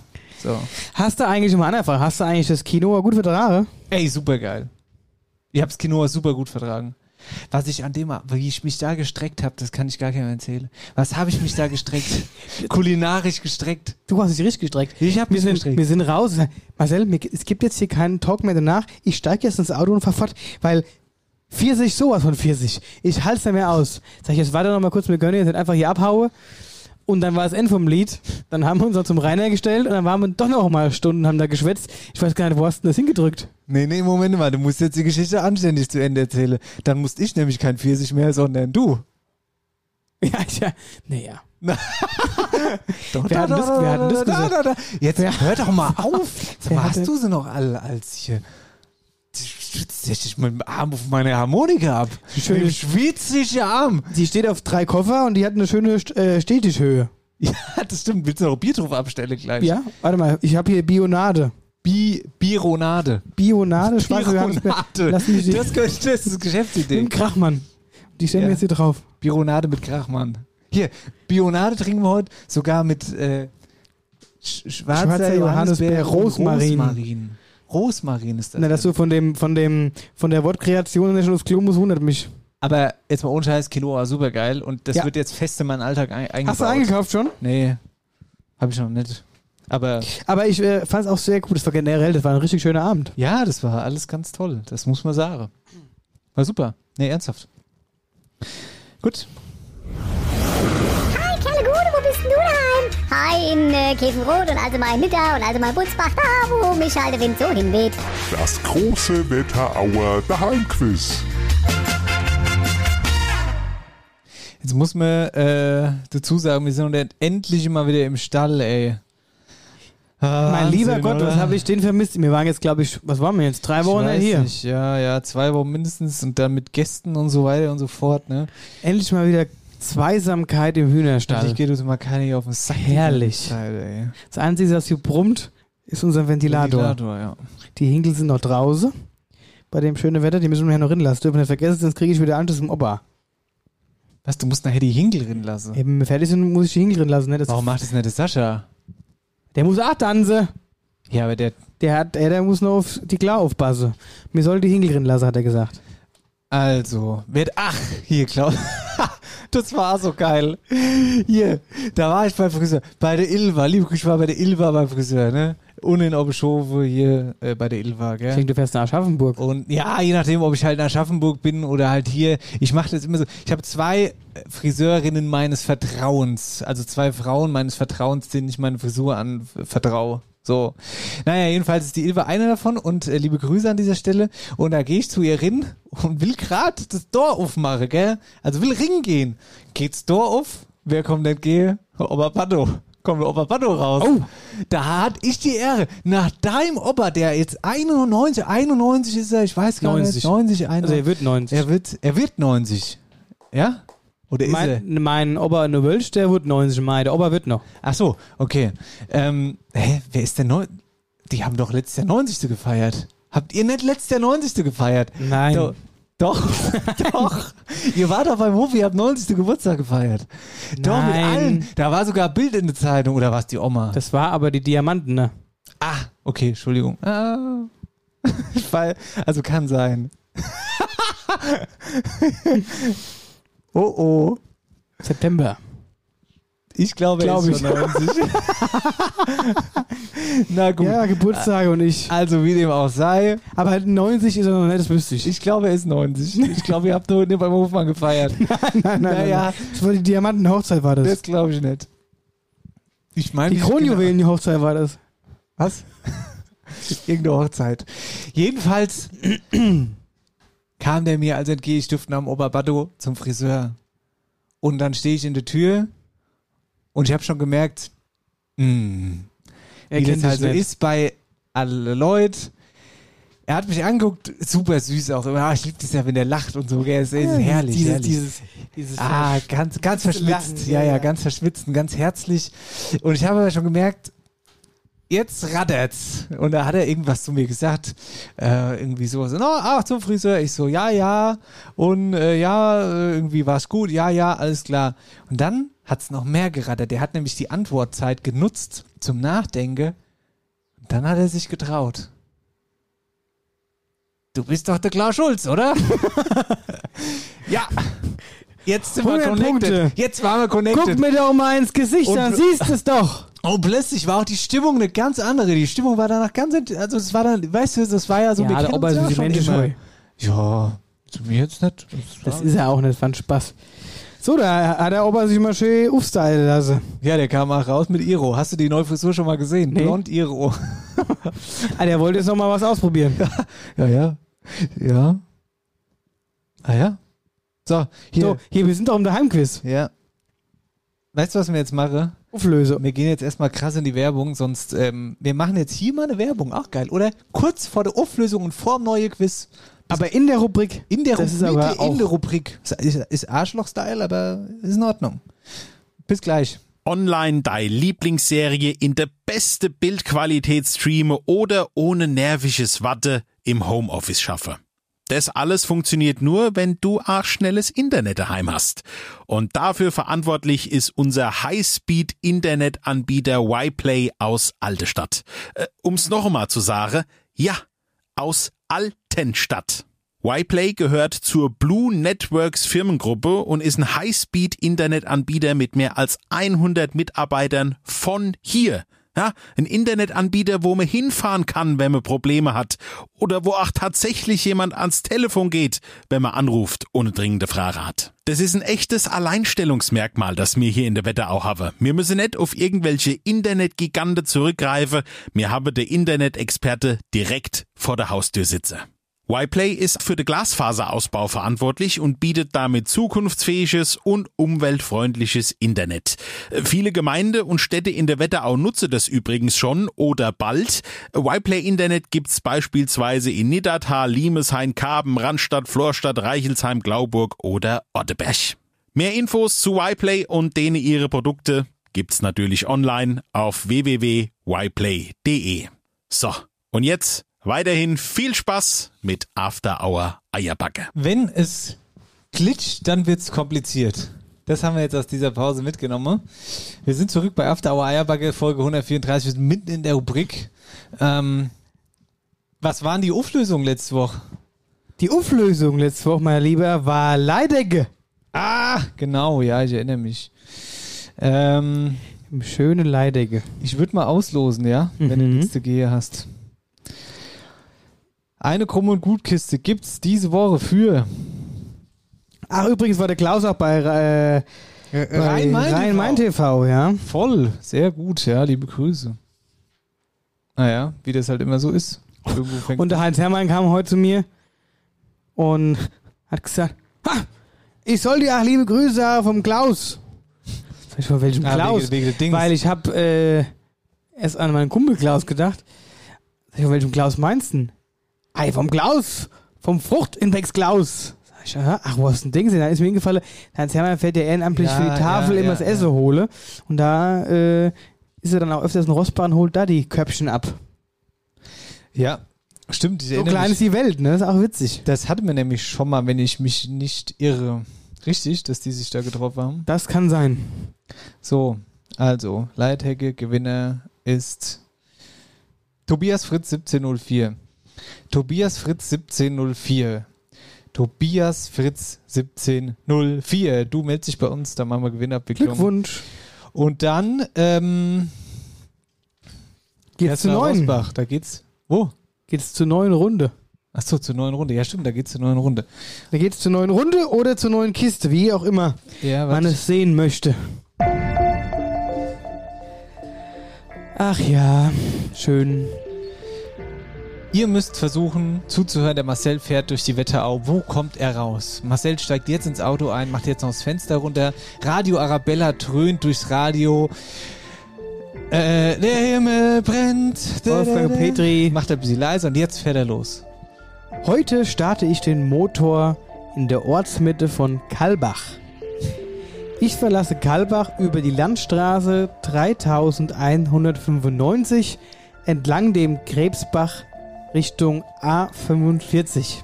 Speaker 4: So.
Speaker 3: Hast du eigentlich mal andere Frage? Hast du eigentlich das Kino gut für Drare?
Speaker 4: Ey, super geil. Ihr habt das Kino super gut vertragen. Was ich an dem, wie ich mich da gestreckt habe, das kann ich gar keinem erzählen. Was habe ich mich da gestreckt? Kulinarisch gestreckt.
Speaker 3: Du hast dich richtig gestreckt.
Speaker 4: Ich habe
Speaker 3: Wir
Speaker 4: mich
Speaker 3: sind,
Speaker 4: gestreckt.
Speaker 3: wir sind raus. Marcel, mir, es gibt jetzt hier keinen Talk mehr danach. Ich steige jetzt ins Auto und fahr fort, weil 40, sowas von 40. Ich halte es nicht mehr aus. Sag ich, jetzt warte noch mal kurz mit Gönne, jetzt halt einfach hier abhaue. Und dann war das End vom Lied. Dann haben wir uns noch zum Rainer gestellt und dann waren wir doch noch mal Stunden, haben da geschwätzt. Ich weiß gar nicht, wo hast du denn das hingedrückt?
Speaker 4: Nee, nee, Moment mal, du musst jetzt die Geschichte anständig zu Ende erzählen. Dann musste ich nämlich kein Pfirsich mehr, sondern du.
Speaker 3: Ja, ich, ja. Naja.
Speaker 4: Doch,
Speaker 3: Wir hatten das- wir hatten das gesagt.
Speaker 4: da, da. Jetzt
Speaker 3: Ja.
Speaker 4: hör doch mal auf. Sag
Speaker 3: Wer
Speaker 4: mal,
Speaker 3: hatte-
Speaker 4: hast du sie noch alle als hier? Setz dich mit dem Arm auf meine Harmonika ab.
Speaker 3: Schöne-
Speaker 4: Schön schwitzige Arm.
Speaker 3: Die steht auf drei Koffer und die hat eine schöne St- äh, Stehtischhöhe.
Speaker 4: Ja, das stimmt. Willst du noch Bier drauf abstellen gleich?
Speaker 3: Ja, warte mal, ich habe hier Bionade.
Speaker 4: Bi Bironade.
Speaker 3: Bionade, schwarze
Speaker 4: Bironade.
Speaker 3: Lass mich die-
Speaker 4: Das, könnte- das ist
Speaker 3: Im
Speaker 4: Geschäftsidee.
Speaker 3: Krachmann. Die stellen
Speaker 4: Ja.
Speaker 3: wir jetzt hier drauf.
Speaker 4: Bironade mit Krachmann. Hier, Bionade trinken wir heute sogar mit äh, sch schwarzer,
Speaker 3: Schwarzer Johannisbeer,
Speaker 4: Johannisbeer und
Speaker 3: Rosmarin.
Speaker 4: Rosmarin. Rosmarin ist das.
Speaker 3: Na, dass du von dem, von dem, von der Wortkreation in der Schluss Klumus wundert mich.
Speaker 4: Aber jetzt mal ohne Scheiß, Quinoa war super geil und das
Speaker 3: Ja.
Speaker 4: wird jetzt fest in meinen Alltag ein eingebaut.
Speaker 3: Hast du eingekauft schon?
Speaker 4: Nee, habe ich noch nicht. Aber
Speaker 3: Aber ich äh, fand es auch sehr gut. Das war generell, das war ein richtig schöner Abend.
Speaker 4: ja, das war alles ganz toll. Das muss man sagen. War super. Nee, ernsthaft. Gut.
Speaker 5: Hi, Kalle Gude, wo bist denn du daheim? Hi, in äh, Käfenrot und also mal in Nidda und also mal in Butzbach, da wo mich halt der Wind so hinweht.
Speaker 6: Das große Wetterauer Daheimquiz.
Speaker 4: Jetzt muss man äh, dazu sagen, wir sind jetzt endlich mal wieder im Stall, ey. Ah,
Speaker 3: mein
Speaker 4: Wahnsinn,
Speaker 3: lieber Gott,
Speaker 4: oder?
Speaker 3: was habe ich den vermisst? Wir waren jetzt, glaube ich, was waren wir jetzt? Drei
Speaker 4: Ich
Speaker 3: Wochen
Speaker 4: weiß
Speaker 3: hier.
Speaker 4: nicht. Ja, ja, zwei Wochen mindestens und dann mit Gästen und so weiter und so fort, ne?
Speaker 3: Endlich mal wieder Zweisamkeit im Hühnerstall.
Speaker 4: Ich gehe uns mal keine hier auf den Sack.
Speaker 3: Herrlich.
Speaker 4: Teil, ey.
Speaker 3: Das Einzige, das hier brummt, ist unser Ventilator.
Speaker 4: Ventilator, ja.
Speaker 3: Die Hinkel sind noch draußen. Bei dem schönen Wetter, die müssen wir ja noch rinnen lassen. Dürfen wir nicht vergessen, sonst kriege ich wieder Anschluss im Opa.
Speaker 4: Was, du musst nachher die Hinkel drin lassen.
Speaker 3: Eben, wenn wir fertig sind, muss ich die Hinkel drin lassen. Ne? Das,
Speaker 4: Warum macht das nicht der Sascha?
Speaker 3: Der muss auch tanzen.
Speaker 4: Ja, aber der.
Speaker 3: Der hat, er, der muss noch auf die Klar aufpassen. Mir soll die Hinkel drin lassen, hat er gesagt.
Speaker 4: Also, wird. Ach, hier, Klaus. das war so geil. Hier, da war ich beim Friseur. Bei der Ilva. Liebe Grüße, ich war bei der Ilva beim Friseur, ne? Und in Obeschove hier äh, bei der Ilva,
Speaker 3: Ich
Speaker 4: gell?
Speaker 3: denke, du fährst nach Aschaffenburg.
Speaker 4: Und ja, je nachdem, ob ich halt in Aschaffenburg bin oder halt hier. Ich mache das immer so. Ich habe zwei äh, Friseurinnen meines Vertrauens. Also zwei Frauen meines Vertrauens, denen ich meine Frisur an äh, vertraue. So. Naja, jedenfalls ist die Ilva eine davon und äh, liebe Grüße an dieser Stelle. Und da gehe ich zu ihr hin und will grad das Tor aufmachen, gell? Also will ringen gehen. Geht's Tor auf? Wer kommt denn gehe? Opa Pato. Kommt der Opa Pato raus.
Speaker 3: Oh.
Speaker 4: Da hat ich die Ehre. Nach deinem Opa, der jetzt 91, 91 ist er, ich weiß gar
Speaker 3: 90.
Speaker 4: nicht. 90, 91.
Speaker 3: Also er wird 90.
Speaker 4: er wird, er wird 90. Ja? Oder ist er?
Speaker 3: mein, mein Opa in der Wölsch, der wird 90 im Mai. Der Opa wird noch.
Speaker 4: Ach so, okay. Ähm, hä, wer ist denn neu? Die haben doch letztes Jahr 90. gefeiert. Habt ihr nicht letztes Jahr 90. gefeiert?
Speaker 3: Nein.
Speaker 4: Do doch, doch. Ihr wart doch beim Hof, ihr habt 90. Geburtstag gefeiert. Doch, mit
Speaker 3: Nein.
Speaker 4: allen. Da war sogar ein Bild in der Zeitung, oder was die Oma?
Speaker 3: Das war aber die Diamanten, ne?
Speaker 4: ah, okay, Entschuldigung. Ah. Weil, also kann sein. oh oh.
Speaker 3: September.
Speaker 4: Ich glaube,
Speaker 3: Glaub
Speaker 4: er
Speaker 3: ich.
Speaker 4: ist schon 90. Na gut.
Speaker 3: Ja, Geburtstage und ich.
Speaker 4: Also wie dem auch sei,
Speaker 3: Ah. Aber halt 90 ist er noch nicht, das wüsste ich.
Speaker 4: ich glaube, er ist 90. Ich glaube, ihr habt nur beim Hofmann gefeiert.
Speaker 3: nein,
Speaker 4: Naja.
Speaker 3: Das war die Diamantenhochzeit, war das.
Speaker 4: Das glaube ich nicht. Ich meine,
Speaker 3: die Kronjuwelenhochzeit war das.
Speaker 4: Was? Irgendeine Hochzeit. Jedenfalls kam der mir also entgegen, ich durfte am Oberbaddo zum Friseur. Und dann stehe ich in der Tür und ich habe schon gemerkt, hm,
Speaker 3: Er
Speaker 4: wie das
Speaker 3: kennt
Speaker 4: halt
Speaker 3: halt
Speaker 4: so
Speaker 3: nicht.
Speaker 4: ist bei alle Leute. Er hat mich angeguckt, super süß auch immer. Ah, ich liebe das ja, wenn der lacht und so. Gell, es ist herrlich.
Speaker 3: Dieses,
Speaker 4: herrlich.
Speaker 3: dieses, dieses
Speaker 4: Ah, ganz, ganz verschwitzt.
Speaker 3: Lachen, ja,
Speaker 4: Ja, ja,
Speaker 3: ja.
Speaker 4: ganz verschwitzt und ganz herzlich. Und ich habe aber schon gemerkt, jetzt raddert's. Und da hat er irgendwas zu mir gesagt. Äh, irgendwie sowas. No, ach, zum Friseur. Ich so, ja, ja. Und äh, ja, äh, irgendwie war's gut. Ja, ja, alles klar. Und dann hat's noch mehr geraddert. Der hat nämlich die Antwortzeit genutzt zum Nachdenken. Und dann hat er sich getraut. Du bist doch der Klaus Schulz, oder? ja. Jetzt sind wir
Speaker 3: 100
Speaker 4: connected.
Speaker 3: Punkte.
Speaker 4: Jetzt waren wir
Speaker 3: Guck
Speaker 4: connected.
Speaker 3: mir doch mal ins Gesicht,
Speaker 4: Und-
Speaker 3: dann siehst du es doch.
Speaker 4: Und Oh, plötzlich war auch die Stimmung eine ganz andere. Die Stimmung war danach ganz, ent- also es war dann, weißt du, das war ja so,
Speaker 3: Ja, der
Speaker 4: kennen
Speaker 3: Opa
Speaker 4: uns
Speaker 3: ist ein bisschen
Speaker 4: schon
Speaker 3: menschenscheu.
Speaker 4: immer. Ja, zu mir jetzt nicht.
Speaker 3: Das ist ja auch nicht, fand Spaß. So, da hat der Opa sich mal schön aufstylen lassen.
Speaker 4: ja, der kam auch raus mit Iro. Hast du die neue Frisur schon mal gesehen?
Speaker 3: Nee.
Speaker 4: Blond Iro.
Speaker 3: Ah, der wollte jetzt noch mal was ausprobieren.
Speaker 4: Ja, ja. Ja. Ah ja. So, hier.
Speaker 3: So, hier, wir sind doch im Geheimquiz.
Speaker 4: Ja. Weißt du, was wir jetzt machen?
Speaker 3: Auflöse.
Speaker 4: Wir gehen jetzt erstmal krass in die Werbung, sonst ähm, wir machen jetzt hier mal eine Werbung, auch geil, oder? Kurz vor der Auflösung und vor dem neuen Quiz.
Speaker 3: Aber in der Rubrik.
Speaker 4: In der,
Speaker 3: Das
Speaker 4: Ru-
Speaker 3: ist aber
Speaker 4: in, der-
Speaker 3: auch-
Speaker 4: in der Rubrik. Ist, ist Arschloch-Style, aber ist in Ordnung. Bis gleich.
Speaker 7: Online deine Lieblingsserie in der beste Bildqualität streame oder ohne nerviges Watte im Homeoffice schaffe. Das alles funktioniert nur, wenn du auch schnelles Internet daheim hast. Und dafür verantwortlich ist unser Highspeed-Internetanbieter YPlay aus Altestadt. Äh, um's noch einmal zu sagen, ja, aus Altenstadt. YPlay gehört zur Blue Networks Firmengruppe und ist ein High-Speed-Internetanbieter mit mehr als 100 Mitarbeitern von hier. Ja, ein Internetanbieter, wo man hinfahren kann, wenn man Probleme hat. Oder wo auch tatsächlich jemand ans Telefon geht, wenn man anruft ohne dringende Frage hat. Das ist ein echtes Alleinstellungsmerkmal, das mir hier in der Wetterau habe. Wir müssen nicht auf irgendwelche Internetgigante zurückgreifen. Mir habe der Internet-Experte direkt vor der Haustür sitzen. YPlay ist für den Glasfaserausbau verantwortlich und bietet damit zukunftsfähiges und umweltfreundliches Internet. Äh, Viele Gemeinde und Städte in der Wetterau nutzen das übrigens schon oder bald. YPlay Internet gibt's beispielsweise in Niddatal, Limeshain, Karben, Randstadt, Florstadt, Reichelsheim, Glauburg oder Otteberg. Mehr Infos zu YPlay und denen ihre Produkte gibt's natürlich online auf www.yplay.de. So, und jetzt weiterhin viel Spaß mit After Hour Eierbacke.
Speaker 4: Wenn es glitscht, dann wird's kompliziert. Das haben wir jetzt aus dieser Pause mitgenommen. Wir sind zurück bei After Hour Eierbacke, Folge 134. Wir sind mitten in der Rubrik. Ähm, was waren die Auflösungen letzte Woche?
Speaker 3: Die Auflösung letzte Woche, mein Lieber, war Leidecke.
Speaker 4: Ah, genau, ja, ich erinnere mich. Ähm,
Speaker 3: Schöne Leidecke.
Speaker 4: Ich würde mal auslosen, ja, wenn
Speaker 3: Mhm.
Speaker 4: du nichts Gehe hast. Eine Krumm- und Gutkiste gibt's diese Woche für
Speaker 3: Ach, übrigens war der Klaus auch bei, äh, bei Rhein-Main TV, ja.
Speaker 4: Voll, sehr gut, ja, liebe Grüße. Naja, wie das halt immer so ist. Irgendwo fängt Ah,
Speaker 3: Und der Heinz Hermann kam heute zu mir und hat gesagt, ha, ich soll dir auch liebe Grüße sagen vom Klaus. Sag ich, von welchem
Speaker 4: Ah,
Speaker 3: Klaus?
Speaker 4: wegen, wegen des Dings.
Speaker 3: Weil ich habe äh, erst an meinen Kumpel Klaus gedacht. Sag ich, von welchem Klaus meinst du? denn? Ei, vom Klaus, vom Fruchtindex Klaus. Sag ich, aha, ach, wo ist ein Ding? Da ist mir hingefallen, Hans Hermann fährt ja ehrenamtlich
Speaker 4: Ja,
Speaker 3: für die Tafel
Speaker 4: ja,
Speaker 3: immer
Speaker 4: ja,
Speaker 3: das Essen
Speaker 4: ja.
Speaker 3: hole. Und da äh, ist er dann auch öfters in Rossbahn und holt da die Köpfchen ab.
Speaker 4: ja, stimmt, ich
Speaker 3: So
Speaker 4: erinnere
Speaker 3: klein
Speaker 4: mich.
Speaker 3: ist die Welt, ne? Ist auch witzig.
Speaker 4: Das hatten wir nämlich schon mal, wenn ich mich nicht irre. Richtig, dass die sich da getroffen haben.
Speaker 3: Das kann sein.
Speaker 4: So, also, Leithecke, Gewinner ist Tobias Fritz 1704. Tobias Fritz 1704. Tobias Fritz 1704. Du meldest dich bei uns, dann machen wir Gewinnabwicklung.
Speaker 3: Glückwunsch.
Speaker 4: Und dann, ähm,
Speaker 3: Geht's zu
Speaker 4: Erster
Speaker 3: neun.
Speaker 4: Rosbach, da geht's. Wo?
Speaker 3: Geht's zur neuen Runde.
Speaker 4: Ach so, zur neuen Runde. Ja, stimmt, da geht's zur neuen Runde.
Speaker 3: Da geht's zur neuen Runde oder zur neuen Kiste, wie auch immer
Speaker 4: Ja,
Speaker 3: man
Speaker 4: warte.
Speaker 3: es sehen möchte. Ach ja, schön.
Speaker 4: Ihr müsst versuchen zuzuhören, der Marcel fährt durch die Wetterau. Wo kommt er raus? Marcel steigt jetzt ins Auto ein, macht jetzt noch das Fenster runter. Radio Arabella dröhnt durchs Radio. Äh, der Himmel brennt.
Speaker 3: Wolfgang Petri.
Speaker 4: Macht er ein bisschen leiser und jetzt fährt er los.
Speaker 3: Heute starte ich den Motor in der Ortsmitte von Kalbach. Ich verlasse Kalbach über die Landstraße 3195 entlang dem Krebsbach Richtung A45.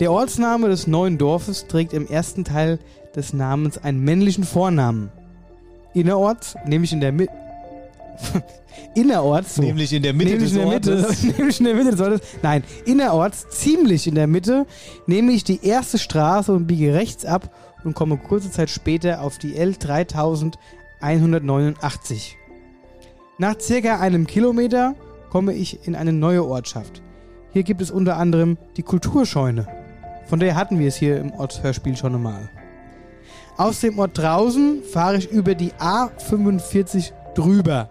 Speaker 3: Der Ortsname des neuen Dorfes trägt im ersten Teil des Namens einen männlichen Vornamen. Innerorts, nämlich in der Mitte. Innerorts, so.
Speaker 4: Nämlich in der Mitte
Speaker 3: Nämlich in
Speaker 4: des
Speaker 3: der Mitte,
Speaker 4: Ortes.
Speaker 3: nämlich in der Mitte des Ortes. Nein, innerorts, ziemlich in der Mitte, nehme ich die erste Straße und biege rechts ab und komme kurze Zeit später auf die L3189. Nach circa einem Kilometer komme ich in eine neue Ortschaft. Hier gibt es unter anderem die Kulturscheune. Von der hatten wir es hier im Ortshörspiel schon einmal. Aus dem Ort draußen fahre ich über die A45 drüber.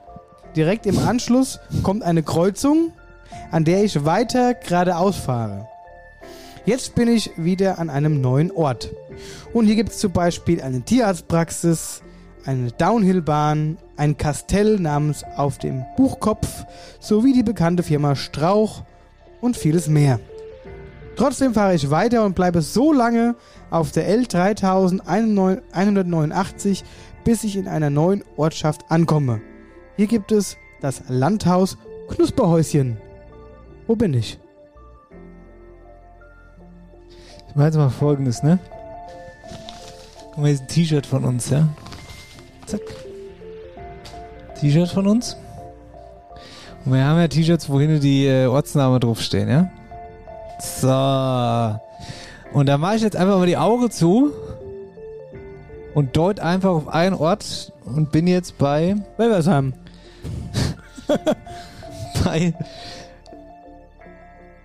Speaker 3: Direkt im Anschluss kommt eine Kreuzung, an der ich weiter geradeaus fahre. Jetzt bin ich wieder an einem neuen Ort. Und hier gibt es zum Beispiel eine Tierarztpraxis, eine Downhillbahn, ein Kastell namens Auf dem Buchkopf sowie die bekannte Firma Strauch und vieles mehr. Trotzdem fahre ich weiter und bleibe so lange auf der L3189, bis ich in einer neuen Ortschaft ankomme. Hier gibt es das Landhaus Knusperhäuschen. Wo bin ich?
Speaker 4: Ich mache jetzt mal folgendes, ne? Guck mal, hier ist ein T-Shirt von uns, ja? Zack. T-Shirt von uns. Und wir haben ja T-Shirts, wo hinten die äh, Ortsname draufstehen, ja? So. Und da mache ich jetzt einfach mal die Augen zu und deut einfach auf einen Ort und bin jetzt bei,
Speaker 3: Welversheim.
Speaker 4: bei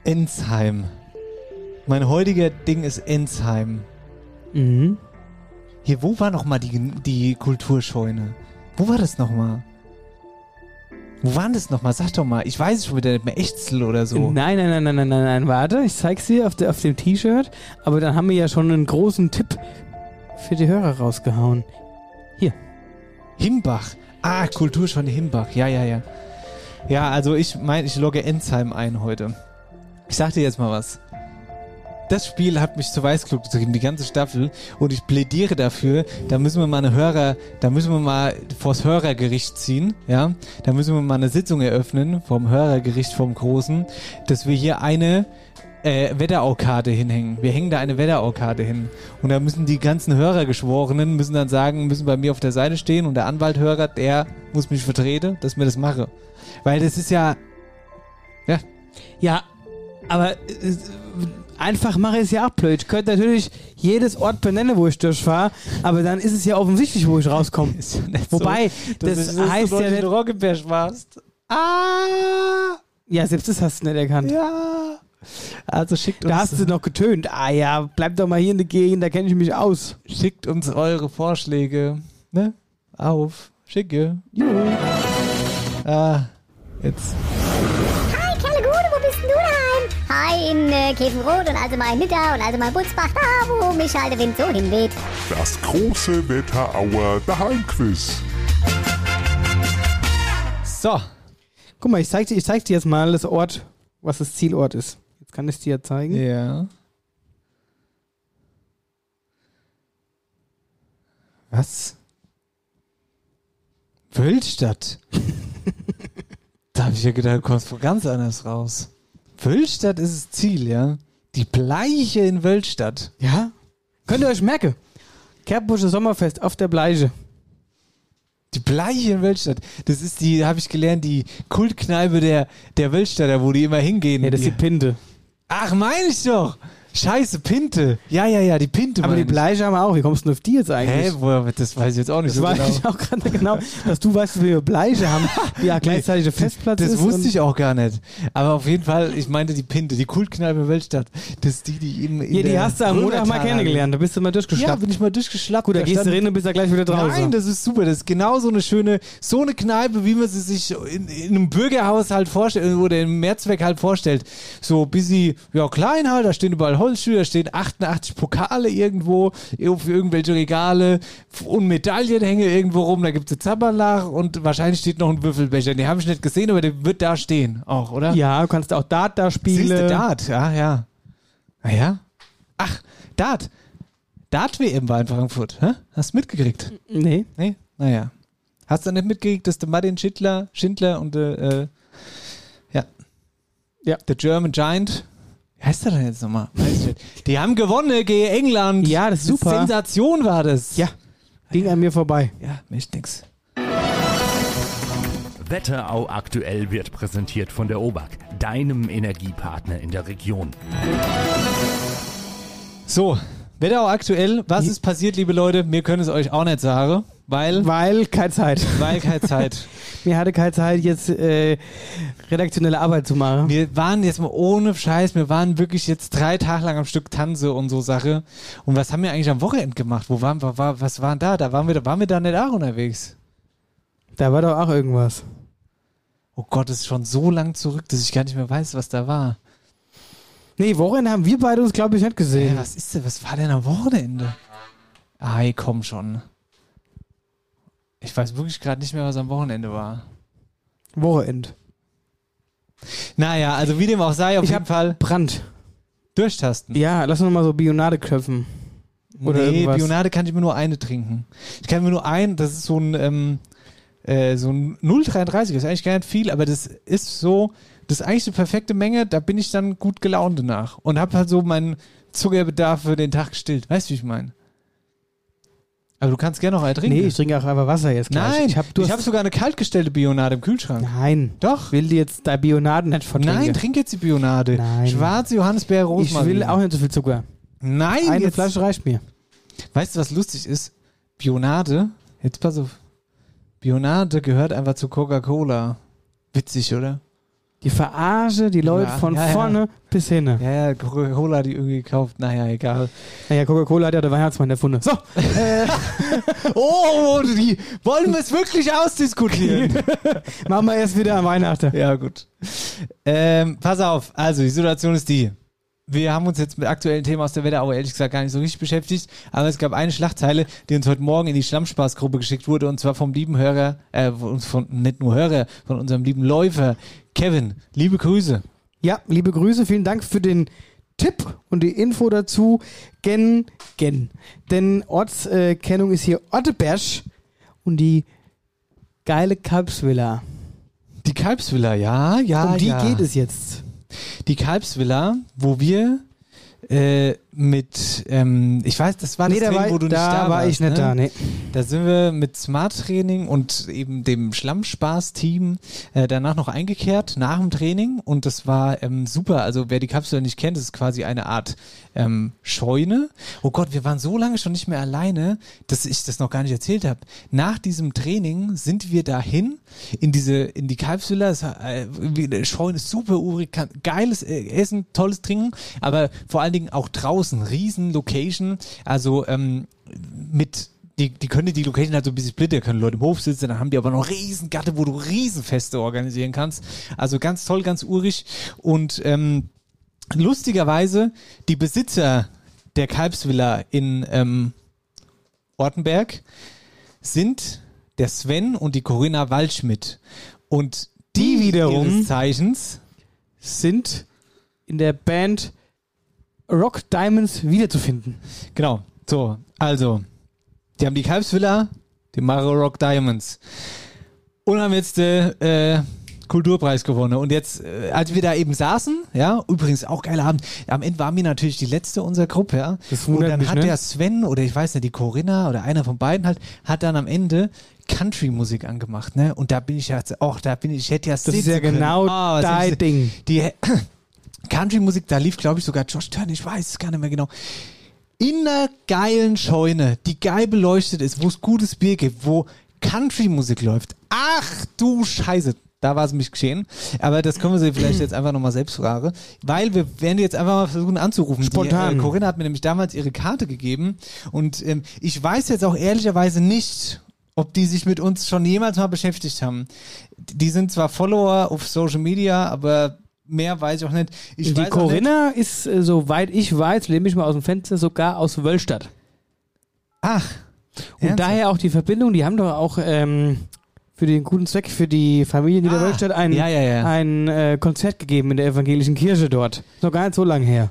Speaker 4: Ensheim. Mein heutiger Ding ist Ensheim.
Speaker 3: Mhm.
Speaker 4: Hier, wo war nochmal die, die Kulturscheune? Wo war das nochmal? Wo war das nochmal? Sag doch mal. Ich weiß es schon wieder nicht mehr. Echzel oder so.
Speaker 3: Nein, nein, nein, nein, nein, nein, nein, warte, ich zeig's dir auf, der, auf dem T-Shirt, aber dann haben wir ja schon einen großen Tipp für die Hörer rausgehauen.
Speaker 4: Himbach. Ah, Kulturscheune Himbach. Ja, ja, ja. Ja, also ich meine, ich logge Enzheim ein heute. Ich sag dir jetzt mal was. Das Spiel hat mich zu Weißklub getrieben, die ganze Staffel. Und ich plädiere dafür, da müssen wir mal eine Hörer, da müssen wir mal vors Hörergericht ziehen, ja. Da müssen wir mal eine Sitzung eröffnen, vom Hörergericht, vom Großen, dass wir hier eine äh, Wetteraukarte hinhängen. Wir hängen da eine Wetteraukarte hin. Und da müssen die ganzen Hörergeschworenen, müssen dann sagen, müssen bei mir auf der Seite stehen und der Anwalthörer, der muss mich vertreten, dass mir das mache. Weil das ist ja,
Speaker 3: Ja, aber äh, einfach mache ich es ja auch blöd. Ich könnte natürlich jedes Ort benennen, wo ich durchfahre, aber dann ist es ja offensichtlich, wo ich rauskomme.
Speaker 4: ist ja nicht
Speaker 3: Wobei,
Speaker 4: so, dass
Speaker 3: das,
Speaker 4: es
Speaker 3: heißt
Speaker 4: so
Speaker 3: ja
Speaker 4: deutlich
Speaker 3: nicht...
Speaker 4: Roggebärsch warst. Ah,
Speaker 3: Ja, selbst das hast du nicht erkannt.
Speaker 4: ja. Also schickt
Speaker 3: Da
Speaker 4: uns,
Speaker 3: hast du noch getönt. Ah ja, bleib doch mal hier in der Gegend, da kenne ich mich aus.
Speaker 4: schickt uns eure Vorschläge, ne? Auf, schicke. Ah, jetzt.
Speaker 5: Hi, Kerlegude, wo bist denn du daheim? Hi, in äh, Käfenrot und also mal in Nidda und also mal in Butzbach, da wo mich halt der Wind so hinweht.
Speaker 6: Das große Wetterauer Daheimquiz.
Speaker 4: So.
Speaker 3: Guck mal, ich zeig dir, ich zeig dir jetzt mal das Ort, was das Zielort ist. Jetzt kann ich es dir ja zeigen.
Speaker 4: Ja. Was? Wölstadt? da habe ich ja gedacht, du kommst von ganz anders raus. Wölstadt ist das Ziel, ja? Die Bleiche in Wölstadt.
Speaker 3: Ja? Könnt ihr euch merken? Kerbusche Sommerfest auf der Bleiche.
Speaker 4: Die Bleiche in Wölstadt. Das ist die, habe ich gelernt, die Kultkneipe der, der Wölstadter, wo die immer hingehen.
Speaker 3: Nee, das ist
Speaker 4: die,
Speaker 3: die Pinte.
Speaker 4: Ach, meine ich doch. Scheiße, Pinte. Ja, ja, ja, die Pinte.
Speaker 3: Aber die
Speaker 4: meine ich.
Speaker 3: Bleiche haben wir auch. Wie kommst du denn auf die jetzt eigentlich?
Speaker 4: Hä, woher, das weiß ich jetzt auch nicht
Speaker 3: Das
Speaker 4: so
Speaker 3: weiß
Speaker 4: genau.
Speaker 3: ich auch gerade genau, dass du weißt, wie wir Bleiche haben, die ja gleichzeitig der Festplatz
Speaker 4: Das
Speaker 3: ist.
Speaker 4: wusste
Speaker 3: und-
Speaker 4: ich auch gar nicht. Aber auf jeden Fall, ich meinte die Pinte, die Kultkneipe Weltstadt. Das ist die, die in, in
Speaker 3: Ja, die
Speaker 4: der
Speaker 3: hast du am Montag mal
Speaker 4: Römertalhalle-
Speaker 3: kennengelernt. Da bist du mal
Speaker 4: Ja,
Speaker 3: durchgeschlappt.
Speaker 4: bin ich mal durchgeschlappt.
Speaker 3: Gut, da gehst du
Speaker 4: stand-
Speaker 3: rein und bist ja gleich wieder draußen.
Speaker 4: Nein, das ist super. Das ist genau so eine schöne, so eine Kneipe, wie man sie sich in, in einem Bürgerhaus halt vorstellt oder im Mehrzweck halt vorstellt. So busy, ja klein halt, da stehen überall Holzstühle, da stehen 88 Pokale irgendwo, auf irgendwelche Regale und Medaillen hängen irgendwo rum, da gibt's eine Zabalach und wahrscheinlich steht noch ein Würfelbecher. Den habe ich nicht gesehen, aber der wird da stehen auch, oder?
Speaker 3: ja, du kannst auch Dart da spielen.
Speaker 4: Siehste, Dart, ja, ja. Ah ja? Ach, Dart. Dart-WM war in Frankfurt, hä? Hast du mitgekriegt?
Speaker 3: Nee.
Speaker 4: Nee? Naja. Hast du nicht mitgekriegt, dass der Martin Schindler, Schindler und der, äh, ja.
Speaker 3: Ja.
Speaker 4: Der German Giant. Wie heißt der denn jetzt nochmal? Weiß ich nicht. Die haben gewonnen gegen England.
Speaker 3: Ja, das ist
Speaker 4: Eine
Speaker 3: super.
Speaker 4: Sensation war das.
Speaker 3: Ja. Ging an mir vorbei.
Speaker 4: Ja, mich nix.
Speaker 8: Wetterau aktuell wird präsentiert von der OBAK, deinem Energiepartner in der Region.
Speaker 4: So, Wetterau aktuell. Was
Speaker 3: Hm.
Speaker 4: ist passiert, liebe Leute? Wir können es euch auch nicht sagen, weil,
Speaker 3: Weil keine Zeit.
Speaker 4: weil keine Zeit.
Speaker 3: Mir hatte keine Zeit, jetzt äh, redaktionelle Arbeit zu machen.
Speaker 4: Wir waren jetzt mal ohne Scheiß, wir waren wirklich jetzt drei Tage lang am Stück Tanze und so Sache. Und was haben wir eigentlich am Wochenende gemacht? Wo waren wir, war, was waren da? Da waren wir, da waren wir da nicht auch unterwegs.
Speaker 3: Da war doch auch irgendwas.
Speaker 4: Oh Gott, das ist schon so lang zurück, dass ich gar nicht mehr weiß, was da war.
Speaker 3: Nee, Wochenende haben wir beide uns, glaube ich, nicht
Speaker 4: Ey,
Speaker 3: gesehen.
Speaker 4: was ist denn, was war denn am Wochenende? Ei, komm schon. Ich weiß wirklich gerade nicht mehr, was am Wochenende war.
Speaker 3: Wochenend.
Speaker 4: Naja, also wie dem auch sei, auf
Speaker 3: Ich
Speaker 4: jeden
Speaker 3: hab-
Speaker 4: Fall
Speaker 3: Brand.
Speaker 4: durchtasten.
Speaker 3: Ja, lass uns mal so Bionade köpfen. Oder
Speaker 4: nee,
Speaker 3: irgendwas.
Speaker 4: Bionade kann ich mir nur eine trinken. Ich kann mir nur ein, das ist so ein, ähm, äh, so ein 0,33, ist eigentlich gar nicht viel, aber das ist so, das ist eigentlich eine perfekte Menge, da bin ich dann gut gelaunt danach und habe halt so meinen Zuckerbedarf für den Tag gestillt. Weißt du, wie ich meine? Aber du kannst gerne noch einen trinken.
Speaker 3: Nee, ich trinke auch einfach Wasser jetzt gleich.
Speaker 4: Nein,
Speaker 3: ich hab,
Speaker 4: ich
Speaker 3: Durst.
Speaker 4: habe sogar eine kaltgestellte Bionade im Kühlschrank.
Speaker 3: Nein.
Speaker 4: Doch.
Speaker 3: will dir jetzt deine Bionade nicht vertrinken.
Speaker 4: Nein, trink jetzt die Bionade.
Speaker 3: Nein.
Speaker 4: Schwarze Johannisbeere,
Speaker 3: ich
Speaker 4: Rosmarin.
Speaker 3: will auch nicht so viel Zucker.
Speaker 4: Nein,
Speaker 3: Eine
Speaker 4: jetzt-
Speaker 3: Flasche reicht mir.
Speaker 4: Weißt du, was lustig ist? Bionade, jetzt pass auf. Bionade gehört einfach zu Coca-Cola. Witzig, oder?
Speaker 3: Die verarsche die Leute
Speaker 4: Ja,
Speaker 3: von
Speaker 4: ja, ja.
Speaker 3: vorne bis hinten.
Speaker 4: Ja, ja, Coca-Cola hat die irgendwie gekauft. Naja, egal. Äh.
Speaker 3: Naja, Coca-Cola hat ja der Weihnachtsmann erfunden. So,
Speaker 4: Oh, die wollen wir es wirklich ausdiskutieren.
Speaker 3: machen wir erst wieder an Weihnachten.
Speaker 4: ja, gut. Ähm, pass auf, also die Situation ist die. Wir haben uns jetzt mit aktuellen Themen aus der Wetterau ehrlich gesagt gar nicht so richtig beschäftigt, aber es gab eine Schlagzeile, die uns heute Morgen in die Schlammspaßgruppe geschickt wurde und zwar vom lieben Hörer, äh, von, uns- von nicht nur Hörer, von unserem lieben Läufer Kevin. Liebe Grüße.
Speaker 3: Ja, liebe Grüße, vielen Dank für den Tipp und die Info dazu. Gen, gen. Denn Ortskennung ist hier Ottebersch und die geile Kalbsvilla.
Speaker 4: Die Kalbsvilla, ja, ja.
Speaker 3: um die
Speaker 4: Ah, ja.
Speaker 3: geht es jetzt.
Speaker 4: Die Kalbsvilla, wo wir äh, mit, ähm, ich weiß, das war das Training, wo du nicht da,
Speaker 3: da war
Speaker 4: warst,
Speaker 3: ich nicht
Speaker 4: ne?
Speaker 3: da, nee.
Speaker 4: Da sind wir mit Smart Training und eben dem Schlammspaß-Team äh, danach noch eingekehrt, nach dem Training. Und das war ähm, super. Also wer die Kapsel nicht kennt, das ist quasi eine Art ähm, Scheune. Oh Gott, wir waren so lange schon nicht mehr alleine, dass ich das noch gar nicht erzählt habe. Nach diesem Training sind wir dahin in diese in die Kapsel. Es war, äh, wie eine Scheune super urig, kann- geiles äh, Essen, tolles Trinken, aber vor allen Dingen auch draußen, riesen Location. Also ähm, mit die, die können die Location halt so ein bisschen splitten, da können Leute im Hof sitzen, dann haben die aber noch riesen Gatte, wo du Riesenfeste organisieren kannst. Also ganz toll, ganz urig. Und ähm, lustigerweise, die Besitzer der Kalbsvilla in ähm, Ortenberg sind der Sven und die Corinna Waldschmidt. Und die,
Speaker 3: Die wiederum-
Speaker 4: ihres Zeichens
Speaker 3: Sind in der Band Rock Diamonds wiederzufinden.
Speaker 4: Genau. So, also, die haben die Kalbsvilla, die Mario Rock Diamonds. Und haben jetzt den äh, Kulturpreis gewonnen. Und jetzt, äh, als wir da eben saßen, ja, übrigens auch geiler Abend. Am Ende waren wir natürlich die letzte unserer Gruppe, ja.
Speaker 3: Das
Speaker 4: Und
Speaker 3: wundert
Speaker 4: Oh, dann
Speaker 3: mich,
Speaker 4: hat
Speaker 3: ne?
Speaker 4: der Sven oder ich weiß nicht, die Corinna oder einer von beiden halt, hat dann am Ende Country-Musik angemacht, ne? Und da bin ich ja, auch da bin ich, ich hätte ja
Speaker 3: Das ist ja genau
Speaker 4: ah, was
Speaker 3: dein
Speaker 4: hätte
Speaker 3: Ding.
Speaker 4: ich- Die, Country-Musik, da lief, glaube ich, sogar Josh Turner, ich weiß es gar nicht mehr genau. In einer geilen Scheune, die geil beleuchtet ist, wo es gutes Bier gibt, wo Country-Musik läuft. Ach du Scheiße, da war es mich geschehen. Aber das können wir sie vielleicht jetzt einfach nochmal selbst fragen, weil wir werden die jetzt einfach mal versuchen anzurufen.
Speaker 3: Spontan.
Speaker 4: Die, äh, Corinna hat mir nämlich damals ihre Karte gegeben und ähm, ich weiß jetzt auch ehrlicherweise nicht, ob die sich mit uns schon jemals mal beschäftigt haben. Die sind zwar Follower auf Social Media, aber mehr weiß ich auch nicht. Ich
Speaker 3: Die
Speaker 4: weiß auch Nicht.
Speaker 3: Corinna ist, äh, soweit ich weiß, lehne mich mal aus dem Fenster, sogar aus Wölstadt.
Speaker 4: Ach.
Speaker 3: Und
Speaker 4: Ernsthaft?
Speaker 3: daher auch die Verbindung, die haben doch auch ähm, für den guten Zweck, für die Familie Niederwölstadt ein,
Speaker 4: Ah. ja, ja, ja.
Speaker 3: ein äh, Konzert gegeben in der evangelischen Kirche dort. Ist noch gar nicht so lange her.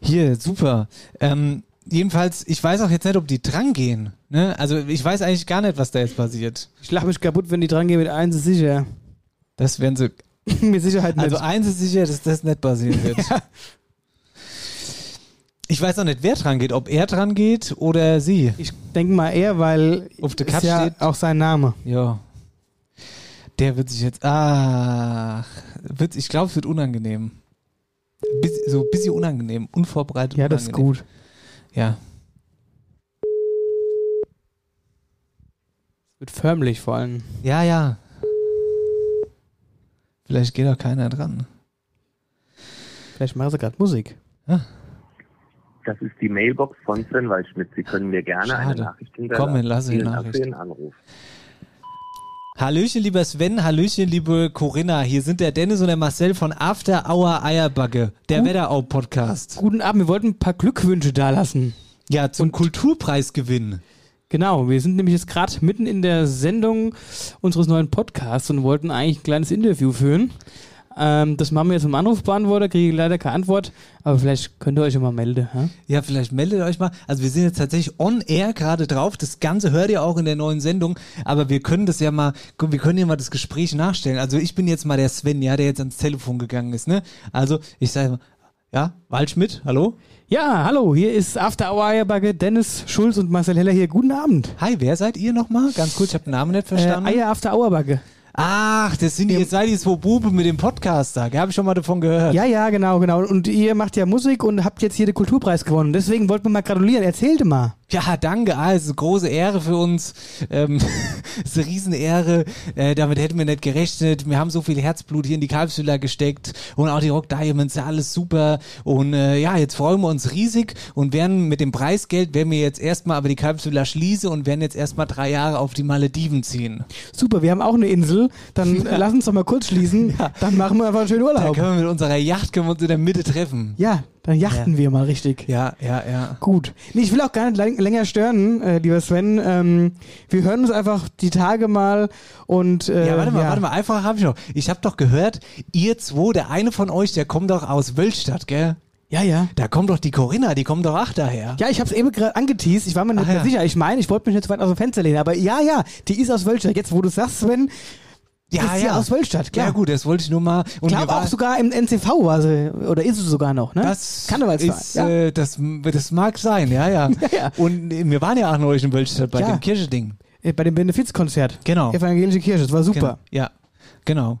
Speaker 4: Hier, super. Ähm, jedenfalls, ich weiß auch jetzt nicht, ob die dran gehen. Ne? Also ich weiß eigentlich gar nicht, was da jetzt passiert.
Speaker 3: Ich lache mich kaputt, wenn die dran gehen mit eins ist sicher.
Speaker 4: Das werden sie.
Speaker 3: mit Sicherheit nicht.
Speaker 4: Also eins ist sicher, dass das nicht passieren wird. Ich weiß auch nicht, wer dran geht, ob er dran geht oder sie.
Speaker 3: ich denke mal eher, weil
Speaker 4: Auf der
Speaker 3: ist
Speaker 4: Katze
Speaker 3: ja
Speaker 4: steht-
Speaker 3: auch sein Name.
Speaker 4: Ja. Der wird sich jetzt. Ach. Wird, ich glaube, es wird unangenehm. Bis, so ein bisschen unangenehm, unvorbereitet.
Speaker 3: Ja, das ist
Speaker 4: unangenehm.
Speaker 3: gut.
Speaker 4: Ja.
Speaker 3: Wird förmlich vor allem.
Speaker 4: Ja, ja. Vielleicht geht auch keiner dran.
Speaker 3: Vielleicht machen sie gerade Musik.
Speaker 9: Das ist die Mailbox von Sven Waldschmidt. Sie können mir gerne eine
Speaker 4: Schade.
Speaker 9: Nachricht hinterlassen.
Speaker 4: Komm, hinterlasse die
Speaker 9: Vielen Dank
Speaker 4: Nachricht.
Speaker 9: für den Anruf.
Speaker 4: Hallöchen, lieber Sven, Hallöchen, liebe Corinna. Hier sind der Dennis und der Marcel von After Hour Eierbagge,
Speaker 3: Uh.
Speaker 4: der Wetterau-Podcast.
Speaker 3: Guten Abend, wir wollten ein paar Glückwünsche dalassen.
Speaker 4: Ja, zum Kulturpreisgewinn.
Speaker 3: Genau, wir sind nämlich jetzt gerade mitten in der Sendung unseres neuen Podcasts und wollten eigentlich ein kleines Interview führen. Ähm, das machen wir jetzt im Anrufbeantworter, kriege ich leider keine Antwort, aber vielleicht könnt ihr euch ja mal melden. Hä?
Speaker 4: Ja, vielleicht meldet euch mal. Also wir sind jetzt tatsächlich on air gerade drauf. Das Ganze hört ihr auch in der neuen Sendung. Aber wir können das ja mal, wir können ja mal das Gespräch nachstellen. Also ich bin jetzt mal der Sven, ja, der jetzt ans Telefon gegangen ist, ne? Also ich sage mal, ja, Waldschmidt, hallo?
Speaker 3: Ja, hallo, hier ist After Hour Eierbacke, Dennis Schulz und Marcel Heller hier. Guten Abend.
Speaker 4: Hi, wer seid ihr nochmal? Ganz kurz, ich habe den Namen nicht
Speaker 3: Äh,
Speaker 4: verstanden.
Speaker 3: Eier After Hour-Backe.
Speaker 4: Ach, das sind die, jetzt seid ihr zwei Bube mit dem Podcaster. Da habe ich schon mal davon gehört.
Speaker 3: Ja, ja, genau, genau. Und ihr macht ja Musik und habt jetzt hier den Kulturpreis gewonnen. Deswegen wollten wir mal gratulieren. Erzählte mal.
Speaker 4: Ja, danke. Ah, es ist eine große Ehre für uns. Ähm, es ist eine Riesenehre. Äh, damit hätten wir nicht gerechnet. Wir haben so viel Herzblut hier in die Kalbshüller gesteckt und auch die Rock Diamonds, ja, alles super. Und äh, ja, jetzt freuen wir uns riesig und werden mit dem Preisgeld, werden wir jetzt erstmal aber die Kalbshüller schließen und werden jetzt erstmal drei Jahre auf die Malediven ziehen.
Speaker 3: Super, wir haben auch eine Insel. Dann äh, lass uns doch mal kurz schließen. Dann machen wir einfach einen schönen
Speaker 4: Da
Speaker 3: Urlaub.
Speaker 4: können wir mit unserer Yacht, können wir uns in der Mitte treffen.
Speaker 3: Ja, dann jachten wir mal richtig.
Speaker 4: Ja, ja, ja.
Speaker 3: Gut. Nee, ich will auch gar nicht lang- länger stören, äh, lieber Sven. Ähm, wir hören uns einfach die Tage mal und äh,
Speaker 4: Ja, warte mal, warte mal, einfach habe ich noch. Ich habe doch gehört, ihr zwei, der eine von euch, der kommt doch aus Wölstadt, gell?
Speaker 3: Ja, ja.
Speaker 4: Da kommt doch die Corinna, die kommt doch auch daher.
Speaker 3: Ja, ich habe es eben gerade angeteased. Ich war mir nicht
Speaker 4: Ach
Speaker 3: mehr
Speaker 4: Ah, ja.
Speaker 3: sicher. Ich meine, ich wollte mich nicht zu weit aus dem Fenster lehnen. Aber ja, ja, die ist aus Wölstadt. Jetzt, wo du sagst, Sven, ist ja aus Wölstadt, klar.
Speaker 4: Ja gut, das wollte ich nur mal. Und
Speaker 3: ich
Speaker 4: wir
Speaker 3: glaube auch
Speaker 4: waren-
Speaker 3: sogar im NCV war sie, oder ist sie sogar noch, ne?
Speaker 4: das
Speaker 3: Karnevalsverein.
Speaker 4: ist,
Speaker 3: ja.
Speaker 4: äh, das, das mag sein, ja, ja.
Speaker 3: ja.
Speaker 4: Und äh, wir waren ja auch neulich in Wölstadt bei
Speaker 3: Ja.
Speaker 4: dem Kirchending.
Speaker 3: Äh, Bei dem Benefiz-Konzert.
Speaker 4: Genau.
Speaker 3: Evangelische Kirche, das war super.
Speaker 4: Genau. Ja, genau.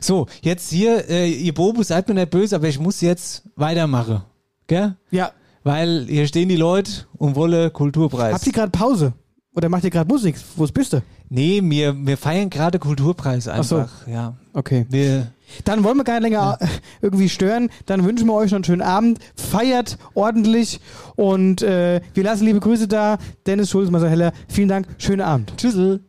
Speaker 4: So, jetzt hier, äh, ihr Bobo, seid mir nicht böse, aber ich muss jetzt weitermachen. Gell?
Speaker 3: Ja.
Speaker 4: Weil hier stehen die Leute und wollen Kulturpreis.
Speaker 3: Habt ihr gerade Pause? Oder macht ihr gerade Musik? Wo bist du?
Speaker 4: Nee, wir, wir feiern gerade Kulturpreis
Speaker 3: Ach so.
Speaker 4: einfach. Ja.
Speaker 3: Okay.
Speaker 4: Wir,
Speaker 3: Dann wollen wir gar nicht länger äh, irgendwie stören. Dann wünschen wir euch noch einen schönen Abend. Feiert ordentlich und äh, wir lassen liebe Grüße da. Dennis Schulz, Marcel Heller, vielen Dank. Schönen Abend.
Speaker 4: tschüssel.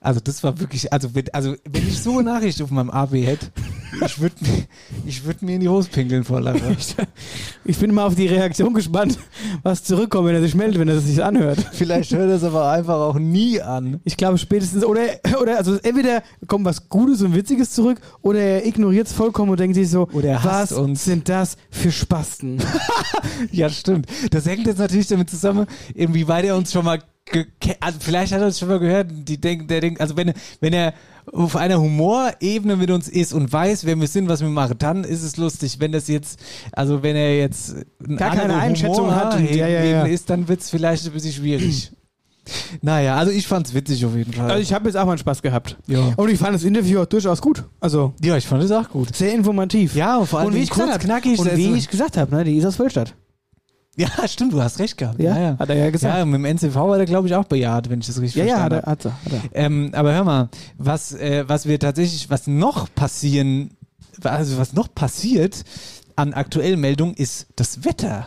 Speaker 4: Also das war wirklich, also wenn, also wenn ich so eine Nachricht auf meinem AB hätte, ich würde ich würd mir in die Hose pinkeln vor Lachen.
Speaker 3: Ich bin mal auf die Reaktion gespannt, was zurückkommt, wenn er sich meldet, wenn er das sich anhört.
Speaker 4: Vielleicht hört das aber einfach auch nie an.
Speaker 3: Ich glaube spätestens, oder, oder also entweder kommt was Gutes und Witziges zurück, oder er ignoriert es vollkommen und denkt sich so,
Speaker 4: Oder er hasst
Speaker 3: was
Speaker 4: uns.
Speaker 3: sind das für Spasten?
Speaker 4: Ja, stimmt. Das hängt jetzt natürlich damit zusammen, inwieweit er uns schon mal ge ke- also vielleicht hat er uns schon mal gehört, die denken, der denkt, also wenn, wenn er auf einer Humorebene mit uns ist und weiß, wer wir sind, was wir machen, dann ist es lustig. Wenn das jetzt, also wenn er jetzt einen
Speaker 3: Gar keine
Speaker 4: anderen
Speaker 3: Einschätzung
Speaker 4: Humor
Speaker 3: hat und- ja, ja, ja.
Speaker 4: ist, dann wird es vielleicht ein bisschen schwierig. Naja, also ich fand's witzig auf jeden Fall.
Speaker 3: Also ich habe jetzt auch mal Spaß gehabt.
Speaker 4: Ja.
Speaker 3: Und ich fand das Interview auch durchaus gut. Also
Speaker 4: ja, ich fand es auch gut.
Speaker 3: sehr informativ.
Speaker 4: Ja, und vor allem
Speaker 3: und wie ich
Speaker 4: kurz,
Speaker 3: gesagt habe,
Speaker 4: knackig.
Speaker 3: und
Speaker 4: das-
Speaker 3: wie ich gesagt habe, ne, die ist aus Vollstadt.
Speaker 4: ja, stimmt, du hast recht gehabt. ja.
Speaker 3: hat er ja gesagt.
Speaker 4: Ja, mit dem NCV hat er, glaube ich, auch bejaht, wenn ich das richtig
Speaker 3: Ja, ja, hat
Speaker 4: verstanden
Speaker 3: er, hat er, hat er.
Speaker 4: habe. Ähm, aber hör mal, was, äh, was wir tatsächlich, was noch passieren, also was noch passiert an aktuellen Meldungen, ist das Wetter.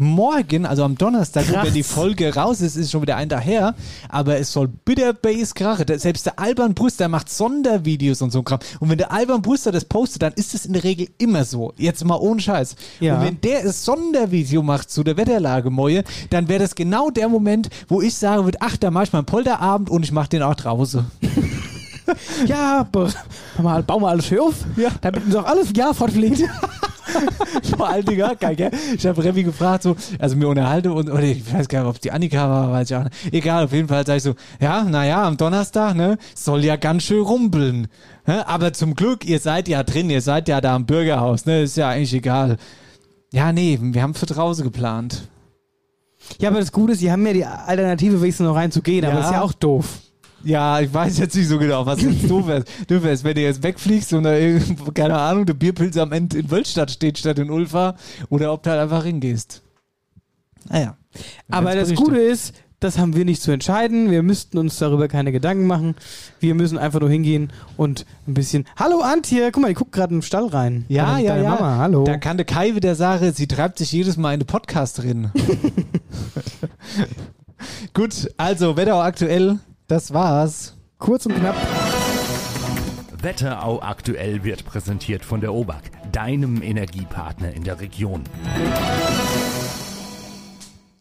Speaker 4: Morgen, also am Donnerstag,
Speaker 3: Kracht's.
Speaker 4: wenn die Folge raus ist, ist schon wieder ein Tag her, aber es soll bitterbase krachen. Da- Selbst der Alban Brüster macht Sondervideos und so ein Kram. Und wenn der Alban Brüster das postet, dann ist es in der Regel immer so. Jetzt mal ohne Scheiß.
Speaker 3: Ja.
Speaker 4: Und wenn der ein Sondervideo macht zu der Wetterlage, Moje, dann wäre das genau der Moment, wo ich sagen würde, ach, da mache ich mal einen Polterabend und ich mache den auch draußen.
Speaker 3: Ja, aber mach mal, bauen wir alles für auf,
Speaker 4: Ja.
Speaker 3: damit uns auch alles ja fortfliegt.
Speaker 4: Vor allen Dingen, ja, geil, gell? Ich habe Remy gefragt, so, also wir unterhalten und oder ich weiß gar nicht, ob es die Annika war, weiß ich auch nicht. Egal, auf jeden Fall sage ich so, ja, naja, am Donnerstag, ne, soll ja ganz schön rumpeln. Ne? Aber zum Glück, ihr seid ja drin, ihr seid ja da im Bürgerhaus, ne? Ist ja eigentlich egal. Ja, nee, wir haben für draußen geplant.
Speaker 3: ja, aber das Gute ist, die haben ja die Alternative, wenigstens noch reinzugehen, aber
Speaker 4: Ja.
Speaker 3: das ist ja auch doof.
Speaker 4: Ja, ich weiß jetzt nicht so genau, was jetzt doof ist. Doof ist, wenn du jetzt wegfliegst und da, irgendwo, keine Ahnung, der Bierpilz am Ende in Wölstadt steht statt in Ulfa oder ob du halt einfach hingehst. Naja.
Speaker 3: Aber das
Speaker 4: Berichte.
Speaker 3: Gute ist, das haben wir nicht zu entscheiden. Wir müssten uns darüber keine Gedanken machen. Wir müssen einfach nur hingehen und ein bisschen. Hallo Antje, guck mal, die guckt gerade im Stall rein.
Speaker 4: Ja,
Speaker 3: Deine-
Speaker 4: ja,
Speaker 3: deine
Speaker 4: ja.
Speaker 3: Mama, hallo.
Speaker 4: Da kann der Kai wieder sagen, sie treibt sich jedes Mal in den Podcast drin. Gut, also Wetterau aktuell, das war's.
Speaker 3: Kurz und knapp.
Speaker 10: Wetterau aktuell wird präsentiert von der OBAK, deinem Energiepartner in der Region.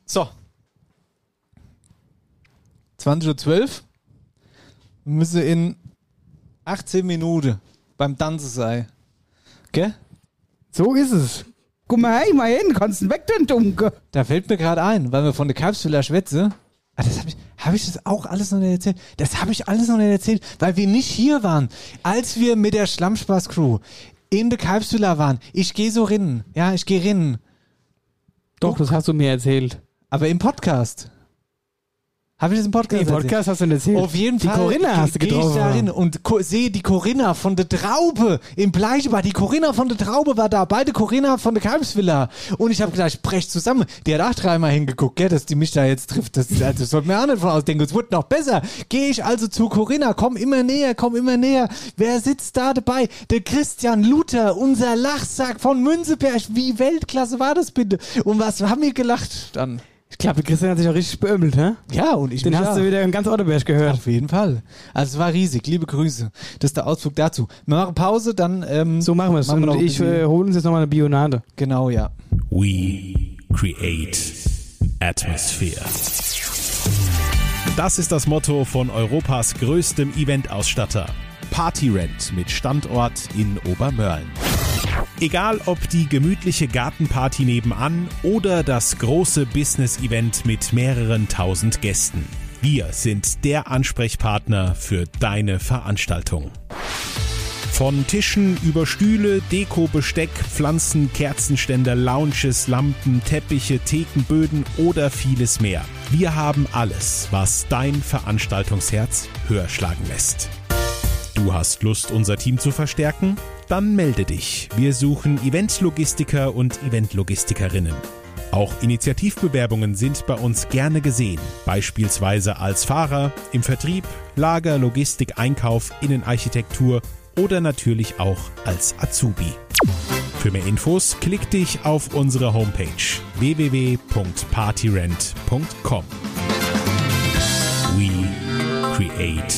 Speaker 4: So. 20.12 Uhr. Müsse in 18 Minuten beim Tanzen sein. Gell?
Speaker 3: So ist es. Guck mal, hey, mal hin, kannst du weg, denn Dunkel.
Speaker 4: Da fällt mir gerade ein, weil wir von der Kapsula schwätze. Ah, das habe ich, hab ich das auch alles noch nicht erzählt? Das habe ich alles noch nicht erzählt, weil wir nicht hier waren. Als wir mit der Schlammspaß-Crew in der Kapsula waren, ich gehe so rinnen. Ja, ich gehe rinnen.
Speaker 3: Doch, das hast du mir erzählt.
Speaker 4: Aber im Podcast. Habe ich das im Podcast?
Speaker 3: Den
Speaker 4: erzählt?
Speaker 3: Podcast hast du mir erzählt.
Speaker 4: Auf jeden Fall.
Speaker 3: Die Corinna hast du
Speaker 4: geh- geh
Speaker 3: getroffen.
Speaker 4: Ich da hin und ko- sehe die Corinna von der Traube im Bleichebad. Die Corinna von der Traube war da. Beide Corinna von der Kalbsvilla. Und ich habe gedacht, ich brech zusammen. Die hat auch dreimal hingeguckt, gell, dass die mich da jetzt trifft. Das, also, das sollte mir auch nicht von ausdenken. Es wird noch besser. Gehe ich also zu Corinna. Komm immer näher, komm immer näher. Wer sitzt da dabei? Der Christian Luther, unser Lachsack von Münzeberg. Wie Weltklasse war das bitte? Und was haben wir gelacht dann?
Speaker 3: Ich glaube, Christian hat sich auch richtig beömmelt, hä?
Speaker 4: Ja, und ich
Speaker 3: Den
Speaker 4: mich
Speaker 3: hast
Speaker 4: auch.
Speaker 3: du wieder in ganz Orteberg gehört.
Speaker 4: Auf jeden Fall. Also es war riesig. Liebe Grüße. Das ist der Ausflug dazu. Wir machen Pause, dann ähm,
Speaker 3: So machen wir es.
Speaker 4: Machen wir
Speaker 3: Und
Speaker 4: noch ein
Speaker 3: ich
Speaker 4: bisschen-
Speaker 3: äh, hole uns jetzt nochmal eine Bionade.
Speaker 4: genau ja.
Speaker 7: We create atmosphere. Das ist das Motto von Europas größtem Eventausstatter. Partyrent mit Standort in Obermörlen. Egal ob die gemütliche Gartenparty nebenan oder das große Business-Event mit mehreren tausend Gästen. Wir sind der Ansprechpartner für deine Veranstaltung. Von Tischen über Stühle, Deko, Besteck, Pflanzen, Kerzenständer, Lounges, Lampen, Teppiche, Theken, Böden oder vieles mehr. Wir haben alles, was dein Veranstaltungsherz höher schlagen lässt. Du hast Lust, unser Team zu verstärken? Dann melde dich. Wir suchen Eventlogistiker und Eventlogistikerinnen. Auch Initiativbewerbungen sind bei uns gerne gesehen, beispielsweise als Fahrer, im Vertrieb, Lager, Logistik, Einkauf, Innenarchitektur oder natürlich auch als Azubi. Für mehr Infos klick dich auf unsere Homepage www.partyrent.com. We create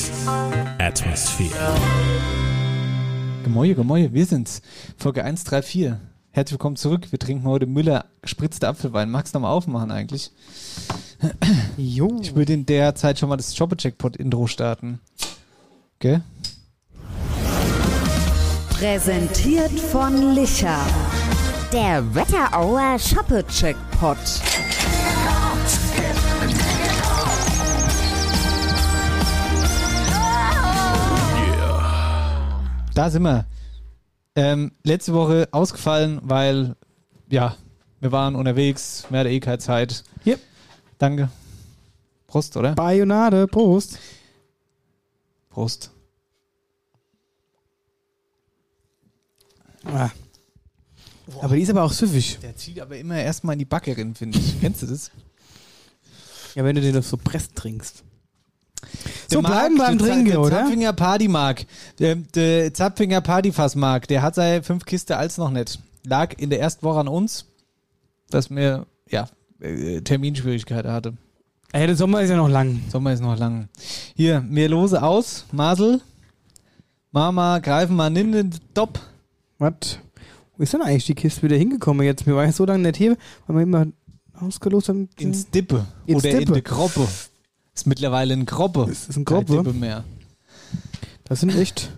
Speaker 7: atmosphere.
Speaker 4: Gemäue, Gemäue, wir sind's. Folge 134. Herzlich willkommen zurück. Wir trinken heute Müller gespritzte Apfelwein. Magst du nochmal aufmachen eigentlich?
Speaker 3: Jo.
Speaker 4: Ich würde in der Zeit schon mal das Jobbe-Checkpot-Intro starten. Gell?
Speaker 5: Präsentiert von Licher. Der Wetterauer Shoppe-Checkpot.
Speaker 4: Da sind wir. Ähm, letzte Woche ausgefallen, weil, ja, wir waren unterwegs, mehr der eh keine Zeit.
Speaker 3: Yep.
Speaker 4: Danke. Prost, oder?
Speaker 3: Bayonade, Prost.
Speaker 4: Prost.
Speaker 3: Ah. Aber die ist aber auch süffig.
Speaker 4: Der zieht aber immer erstmal in die Backe rein, finde ich. Kennst du das?
Speaker 3: Ja, wenn du den doch so presst trinkst.
Speaker 4: Der
Speaker 3: So, bleiben wir am
Speaker 4: der Za-
Speaker 3: Trinken,
Speaker 4: der
Speaker 3: oder?
Speaker 4: Zapfinger Party Mark, der, der Zapfinger Partyfass Mark, der hat seine fünf Kiste als noch nicht. Lag in der ersten Woche an uns, dass mir, ja, äh, Terminschwierigkeiten hatte.
Speaker 3: Ey, der Sommer ist ja noch lang.
Speaker 4: Sommer ist noch lang. Hier, mir lose aus, Masel, Mama, greifen mal in den Top.
Speaker 3: Was? Wo ist denn eigentlich die Kiste wieder hingekommen jetzt? Mir war ja so lange nicht hier, weil wir immer ausgelost haben.
Speaker 4: Ins Dippe.
Speaker 3: Hm. Ins
Speaker 4: oder in
Speaker 3: Dippe.
Speaker 4: die Groppe. Ist mittlerweile ein Groppe.
Speaker 3: Das ist ein
Speaker 4: Keine
Speaker 3: Groppe.
Speaker 4: Dippe mehr.
Speaker 3: Das sind echt.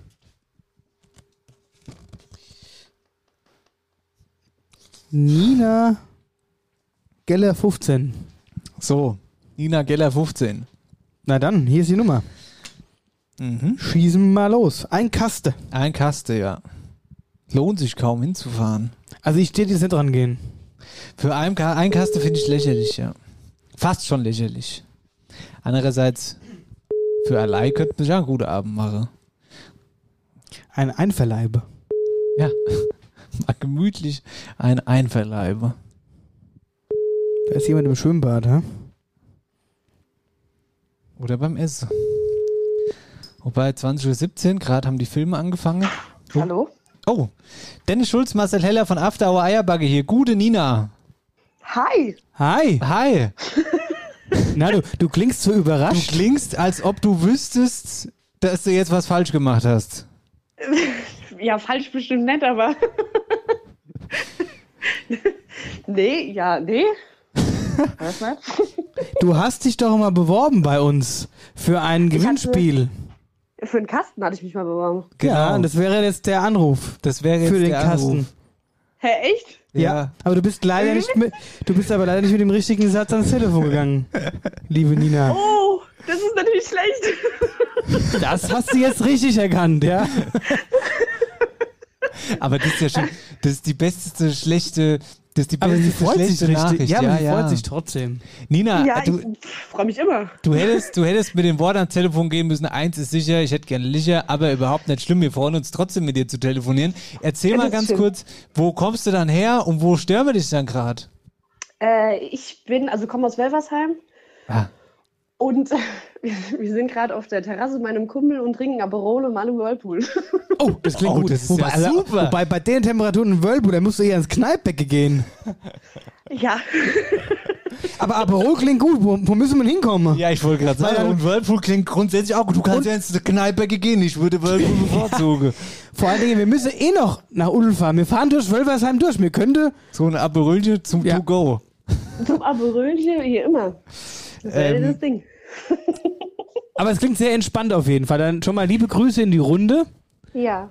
Speaker 3: Nina Geller 15.
Speaker 4: So, Nina Geller 15.
Speaker 3: Na dann, hier ist die Nummer.
Speaker 4: Mhm.
Speaker 3: Schießen wir mal los. Ein Kaste.
Speaker 4: Ein Kaste, ja. Lohnt sich kaum hinzufahren.
Speaker 3: Also ich stehe jetzt nicht dran gehen.
Speaker 4: Für ein, Ka ein Kaste finde ich lächerlich, ja. Fast schon lächerlich. Andererseits, für allein könnte man ja einen guten Abend machen.
Speaker 3: Ein Einverleibe.
Speaker 4: Ja. Mal gemütlich ein Einverleibe.
Speaker 3: Da ist jemand im Schwimmbad, hä?
Speaker 4: Oder beim Essen. Wobei 20.17 Uhr, gerade haben die Filme angefangen.
Speaker 11: Hallo?
Speaker 4: Oh, Dennis Schulz, Marcel Heller von After Hour Eierbagge hier. Gute Nina.
Speaker 11: Hi.
Speaker 3: Hi.
Speaker 4: Hi.
Speaker 3: Na, du, du klingst so überrascht.
Speaker 4: Du klingst, als ob du wüsstest, dass du jetzt was falsch gemacht hast.
Speaker 11: Ja, falsch bestimmt nicht, aber. nee, ja, nee. Weiß nicht.
Speaker 3: Du hast dich doch mal beworben bei uns für ein Gewinnspiel.
Speaker 11: Für einen Kasten hatte ich mich mal beworben.
Speaker 4: Genau.
Speaker 3: Ja, und das wäre jetzt der Anruf.
Speaker 4: Das wäre jetzt
Speaker 3: für den
Speaker 4: der
Speaker 3: Kasten.
Speaker 4: Anruf.
Speaker 11: Hä, echt?
Speaker 3: Ja.
Speaker 4: Ja.
Speaker 3: aber du bist leider nicht mit, du bist aber leider nicht mit dem richtigen Satz ans Telefon gegangen, liebe Nina.
Speaker 11: Oh, das ist natürlich schlecht.
Speaker 3: Das hast du jetzt richtig erkannt, ja?
Speaker 4: Aber das ist ja schon, das ist die beste schlechte, das ist die
Speaker 3: Aber
Speaker 4: beste
Speaker 3: sie freut sich
Speaker 4: schlechte
Speaker 3: richtig.
Speaker 4: Nachricht.
Speaker 3: Ja, aber sie
Speaker 4: ja.
Speaker 3: freut sich trotzdem.
Speaker 4: Nina,
Speaker 11: ja,
Speaker 4: Ah, du,
Speaker 11: ich freue mich immer.
Speaker 4: Du hättest, du hättest mit dem Wort ans Telefon gehen müssen. Eins ist sicher, ich hätte gerne Licher, aber überhaupt nicht schlimm. Wir freuen uns trotzdem mit dir zu telefonieren. Erzähl
Speaker 11: Ja,
Speaker 4: mal
Speaker 11: das
Speaker 4: ganz
Speaker 11: stimmt.
Speaker 4: kurz, wo kommst du dann her und wo stören wir dich dann gerade?
Speaker 11: Äh, ich bin, also komme aus Welversheim.
Speaker 4: Ah.
Speaker 11: Und wir, wir sind gerade auf der Terrasse mit meinem Kumpel und trinken Aperol im Manu Whirlpool.
Speaker 3: Oh, das klingt
Speaker 4: Oh,
Speaker 3: gut.
Speaker 4: das ist
Speaker 3: wobei,
Speaker 4: ja
Speaker 3: also-
Speaker 4: super.
Speaker 3: wobei bei den Temperaturen in Wölbu, da musst du eher ins Kneippbecke gehen.
Speaker 11: ja.
Speaker 3: Aber Aperol klingt gut. Wo, wo müssen wir denn hinkommen?
Speaker 4: Ja, ich wollte gerade
Speaker 3: Weil-
Speaker 4: sagen, und Whirlpool klingt grundsätzlich auch gut. Du kannst ja ins Kneipe gehen, ich würde Whirlpool bevorzugen.
Speaker 3: Vor allen Dingen, wir müssen eh noch nach Ulm fahren. Wir fahren durch Wölversheim durch. Mir könnte.
Speaker 4: So ein Aperölchen zum To-Go.
Speaker 11: Zum Aperölchen, hier immer. Das wäre
Speaker 3: Ähm.
Speaker 11: das Ding.
Speaker 3: Aber es klingt sehr entspannt auf jeden Fall. Dann schon mal liebe Grüße in die Runde.
Speaker 11: Ja.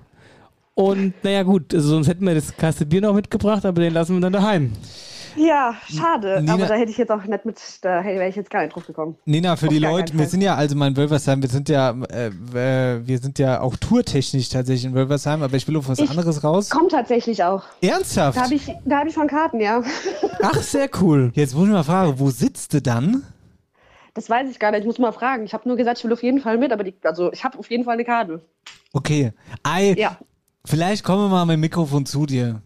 Speaker 3: Und naja, gut, also sonst hätten wir das Kaste Bier noch mitgebracht, aber den lassen wir dann daheim.
Speaker 11: Ja, schade.
Speaker 4: Nina-
Speaker 11: aber da hätte ich jetzt auch nicht mit, da hätte- wäre ich jetzt gar nicht drauf gekommen.
Speaker 4: Nina, für
Speaker 11: Auf
Speaker 4: die
Speaker 11: gar
Speaker 4: Leute,
Speaker 11: keinen
Speaker 4: wir
Speaker 11: Fall.
Speaker 4: sind ja also mal in Wölversheim, wir sind ja, äh, äh, wir sind ja auch tourtechnisch tatsächlich in Wölversheim, aber ich will auf was
Speaker 11: Ich-
Speaker 4: anderes raus.
Speaker 11: Kommt tatsächlich auch.
Speaker 4: Ernsthaft?
Speaker 11: Da habe ich, da hab ich schon Karten, ja.
Speaker 3: Ach, sehr cool.
Speaker 4: Jetzt muss ich mal fragen, wo sitzt du dann?
Speaker 11: Das weiß ich gar nicht, ich muss mal fragen. Ich habe nur gesagt, ich will auf jeden Fall mit, aber die, also ich habe auf jeden Fall eine Karte.
Speaker 4: Okay. Ei,
Speaker 11: Ja,
Speaker 4: vielleicht kommen wir mal mit dem Mikrofon zu dir.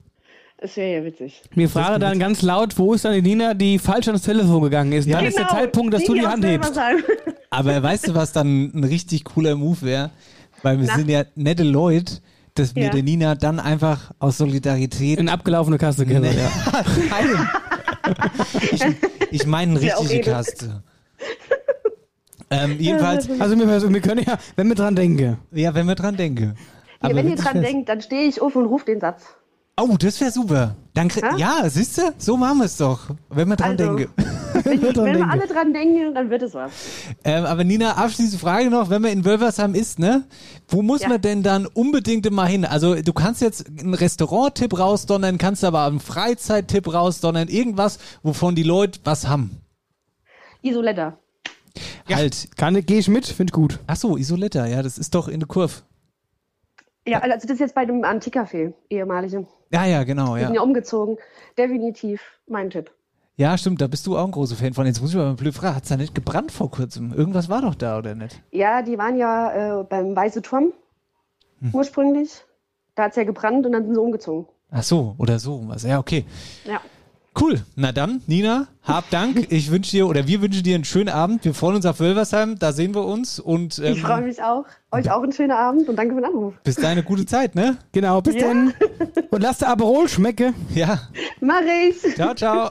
Speaker 11: das wäre ja witzig.
Speaker 3: Mir frage dann ganz laut, wo ist dann die Nina, die falsch ans Telefon gegangen ist? Dann ist der
Speaker 11: Genau.
Speaker 3: Zeitpunkt, dass du die
Speaker 11: aus
Speaker 3: Hand hebst.
Speaker 11: Wilmersheim.
Speaker 4: Aber weißt du, was dann ein richtig cooler Move wäre? Weil wir
Speaker 11: Na?
Speaker 4: sind ja nette Leute, dass wir
Speaker 11: Ja.
Speaker 4: der Nina dann einfach aus Solidarität.
Speaker 3: In abgelaufene Kasse, genau.
Speaker 4: Nee.
Speaker 3: Ja.
Speaker 4: Nein. ich ich meine
Speaker 11: Ist
Speaker 4: eine
Speaker 11: ja auch
Speaker 4: richtige
Speaker 11: edel.
Speaker 4: Kaste. Ähm, jedenfalls,
Speaker 3: Also wir, wir können ja, wenn wir dran denken.
Speaker 4: ja, wenn wir dran denken.
Speaker 11: Ja, wenn ihr
Speaker 4: wirklich
Speaker 11: dran
Speaker 4: wär's-
Speaker 11: denkt, dann stehe ich auf und rufe den Satz.
Speaker 4: Oh, das wäre super. Dann krie-
Speaker 11: Hä?
Speaker 4: ja, siehst du? So machen wir es doch. Wenn wir dran
Speaker 11: Also.
Speaker 4: denken.
Speaker 11: Wenn,
Speaker 3: wir dran
Speaker 11: wenn wir
Speaker 3: denken.
Speaker 11: alle dran denken, dann wird es was.
Speaker 4: Ähm, aber Nina, abschließende Frage noch, wenn man in Wölversheim ist, ne? Wo muss
Speaker 11: Ja.
Speaker 4: man denn dann unbedingt immer hin? Also du kannst jetzt einen Restaurant-Tipp rausdonnern, kannst aber einen Freizeit-Tipp rausdonnern, irgendwas, wovon die Leute was haben.
Speaker 11: Isoletta.
Speaker 4: Halt.
Speaker 3: Kann, geh ich mit, finde ich gut.
Speaker 4: Ach so, Isoletta, ja, das ist doch in der Kurve.
Speaker 11: Ja, also das ist jetzt bei dem Antikcafé, ehemaligem.
Speaker 4: Ja, ja, genau,
Speaker 11: Wir
Speaker 4: ja.
Speaker 11: sind ja umgezogen. Definitiv mein Tipp.
Speaker 4: Ja, stimmt, da bist du auch ein großer Fan von. Jetzt muss ich mal blöd fragen, hat es da nicht gebrannt vor kurzem? Irgendwas war doch da, oder nicht?
Speaker 11: Ja, die waren ja äh, beim Weiße Turm
Speaker 4: Hm.
Speaker 11: ursprünglich. Da hat es ja gebrannt und dann sind sie umgezogen.
Speaker 4: Ach so, oder so was. Ja, okay.
Speaker 11: Ja.
Speaker 4: Cool. Na dann, Nina, hab Dank. Ich wünsche dir oder wir wünschen dir einen schönen Abend. Wir freuen uns auf Wölversheim. Da sehen wir uns und ähm,
Speaker 11: Ich freue mich auch. Euch auch einen schönen Abend und danke für den Anruf.
Speaker 4: bis dahin eine gute Zeit, ne?
Speaker 3: Genau, bis
Speaker 11: Ja.
Speaker 3: dann. Und lass der Aperol schmecke.
Speaker 4: Ja.
Speaker 11: Mach ich.
Speaker 4: Ciao, ciao.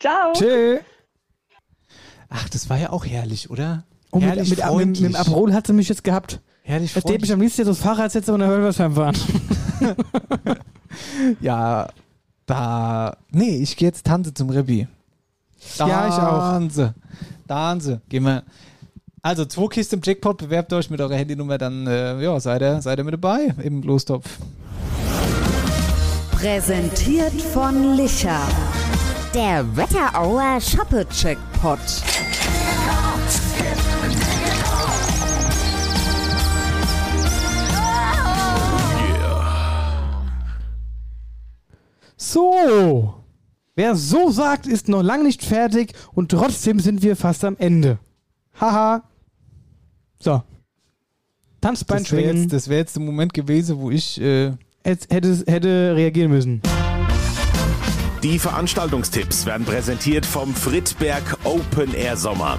Speaker 11: Ciao.
Speaker 3: Tschö.
Speaker 4: Ach, das war ja auch herrlich, oder?
Speaker 3: Oh, mit,
Speaker 4: herrlich
Speaker 3: mit, mit, mit,
Speaker 4: freundlich.
Speaker 3: dem Aperol hat sie mich jetzt gehabt.
Speaker 4: Herrlich
Speaker 3: Das steht mich am liebsten jetzt aufs Fahrrad setzen und nach Hölversheim fahren.
Speaker 4: Ja, da. Nee, ich gehe jetzt Tanze zum Ribby.
Speaker 3: Ja, ich auch.
Speaker 4: Tanze. Tanze. Gehen wir. Also, zwei Kisten im Jackpot, bewerbt euch mit eurer Handynummer, dann äh, ja, seid ihr, seid ihr mit dabei im Lostopf.
Speaker 12: Präsentiert von Licher. Der Wetterauer Shoppe-Checkpot.
Speaker 3: So. Wer so sagt, ist noch lang nicht fertig und trotzdem sind wir fast am Ende. Haha. So. Tanzbein
Speaker 4: Das wäre
Speaker 3: schwingen.
Speaker 4: jetzt, das wär jetzt der Moment gewesen, wo ich. Äh,
Speaker 3: Jetzt hätte, hätte reagieren müssen.
Speaker 13: Die Veranstaltungstipps werden präsentiert vom Fritberg Open Air Sommer.